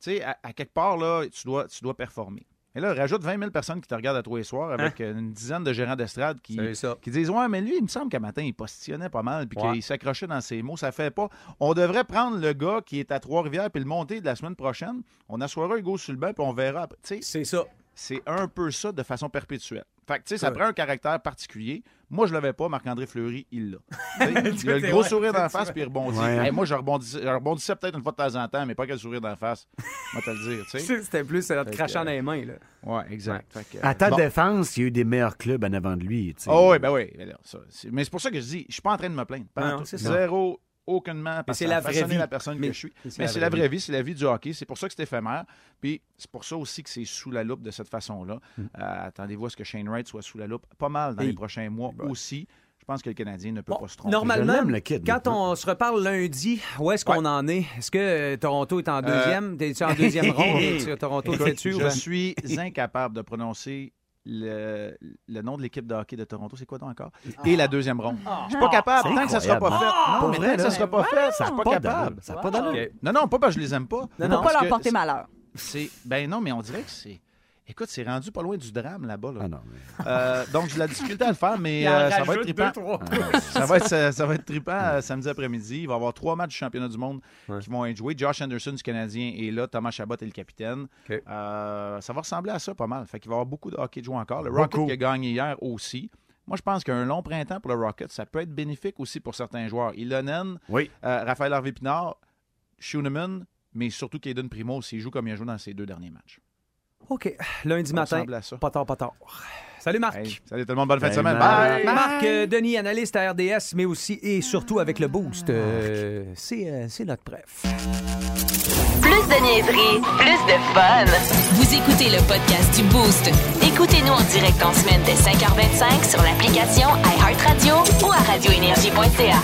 Speaker 8: tu sais, à, à quelque part, là, tu dois, tu dois performer. Et là, rajoute 20 000 personnes qui te regardent à tous les soirs avec euh, une dizaine de gérants d'estrade qui,
Speaker 2: Hein? C'est ça.
Speaker 8: qui disent Ouais, mais lui, il me semble qu'à matin, il postillonnait pas mal puis
Speaker 2: Ouais.
Speaker 8: qu'il s'accrochait dans ses mots. Ça fait pas. On devrait prendre le gars qui est à Trois-Rivières puis le monter de la semaine prochaine. On assoira Hugo sur le banc puis on verra. après. Tu sais,
Speaker 2: C'est ça.
Speaker 8: c'est un peu ça de façon perpétuelle. Fait que, tu sais, ça prend un caractère particulier. Moi, je l'avais pas. Marc-André Fleury, il l'a. Tu sais, il a le gros sourire d'en face puis il rebondit.
Speaker 3: Ouais.
Speaker 8: Hey, moi, je rebondissais, je rebondissais peut-être une fois de temps en temps, mais pas qu'un sourire d'en face. Moi, te le dire, tu sais.
Speaker 2: C'était plus euh, te
Speaker 8: Fait que,
Speaker 2: crachant
Speaker 8: euh,
Speaker 2: dans les mains. Là.
Speaker 8: Ouais, exact. Fait que,
Speaker 3: À ta
Speaker 8: bon.
Speaker 3: défense, il y a eu des meilleurs clubs en avant de lui. tu sais.
Speaker 8: Ah oui, ben oui. ben là, ça, c'est- mais c'est pour ça que je dis, je suis pas en train de me plaindre. Pas
Speaker 2: Non,
Speaker 8: en tout.
Speaker 2: c'est ça.
Speaker 8: Zéro, aucunement. parce
Speaker 2: c'est
Speaker 8: que
Speaker 2: la
Speaker 8: ça a
Speaker 2: vraie
Speaker 8: façonné
Speaker 2: vie.
Speaker 8: la personne
Speaker 2: Mais-
Speaker 8: que je suis.
Speaker 2: mais c'est
Speaker 8: Mais
Speaker 2: la
Speaker 8: c'est
Speaker 2: vraie
Speaker 8: la vraie vie, c'est la vie du hockey. C'est pour ça que c'est éphémère. Puis c'est pour ça aussi que c'est sous la loupe de cette façon-là.
Speaker 2: Mm.
Speaker 8: Euh, Attendez-vous à ce que Shane Wright soit sous la loupe pas mal dans
Speaker 2: Et-
Speaker 8: les prochains mois aussi. Je pense que le Canadien ne peut
Speaker 2: Bon,
Speaker 8: pas se tromper.
Speaker 3: Je
Speaker 2: normalement,
Speaker 3: l'aime, le kid,
Speaker 2: quand
Speaker 3: moi.
Speaker 2: on se reparle lundi, où est-ce qu'on en est? Est-ce que euh, Toronto est en
Speaker 8: Euh,
Speaker 2: deuxième? T'es-tu en deuxième ronde? Tu- Toronto,
Speaker 8: Écoute,
Speaker 2: fais-tu? ben?
Speaker 8: je suis incapable de prononcer le, le nom de l'équipe de hockey de Toronto. C'est quoi donc encore? Et la deuxième ronde. Je suis pas capable.
Speaker 3: Ah. C'est
Speaker 8: Tant que ça sera pas
Speaker 3: incroyable.
Speaker 8: fait. Non,
Speaker 3: Pour
Speaker 8: mais
Speaker 3: vrai,
Speaker 8: tant que
Speaker 3: là.
Speaker 8: ça sera pas fait, je suis pas
Speaker 3: pas
Speaker 8: capable.
Speaker 3: d'allure. Ça a pas d'allure.
Speaker 8: Non, non, pas parce que je les aime pas.
Speaker 4: Pour
Speaker 8: Non,
Speaker 4: pas
Speaker 8: parce
Speaker 4: leur
Speaker 8: que
Speaker 4: porter
Speaker 8: c'est-
Speaker 4: malheur.
Speaker 8: C'est ben non, mais on dirait que c'est. Écoute, c'est rendu pas loin du drame là-bas. là.
Speaker 3: Ah non, mais-
Speaker 8: Euh, donc j'ai de la difficulté à le faire, mais
Speaker 2: Il en
Speaker 8: euh, ça va être
Speaker 2: rajoute
Speaker 8: trippant.
Speaker 2: deux, trois.
Speaker 8: ça va être ça, ça va être trippant euh, samedi après-midi. Il va y avoir trois matchs du championnat du monde qui vont être joués. Josh Anderson du Canadien est là, Thomas Chabot est le capitaine.
Speaker 2: OK.
Speaker 8: Euh, ça va ressembler à ça pas mal. Fait qu'il va y avoir beaucoup de hockey de jouer encore. Le Rocket
Speaker 3: Beaucoup.
Speaker 8: qui a gagné hier aussi. Moi, je pense qu'un long printemps pour le Rocket, ça peut être bénéfique aussi pour certains joueurs. Ilonen,
Speaker 3: Oui.
Speaker 8: euh, Raphaël Harvey Pinard, Schunemann, mais surtout Caden Primo s'il joue comme il a joué dans ses deux derniers matchs.
Speaker 2: OK. Lundi matin, pas tard, pas tard. Salut Marc.
Speaker 8: Hey, salut tout le monde, bonne fin de
Speaker 2: Salut,
Speaker 8: semaine.
Speaker 2: Marc.
Speaker 8: Bye.
Speaker 2: Marc euh, Denis, analyste à RDS, mais aussi et surtout avec le Boost. euh,
Speaker 3: Ah,
Speaker 2: c'est, euh, c'est notre bref.
Speaker 1: Plus de niaiserie, plus de fun. Vous écoutez le podcast du Boost. Écoutez-nous en direct en semaine dès 5h25 sur l'application iHeartRadio ou à radioénergie.ca.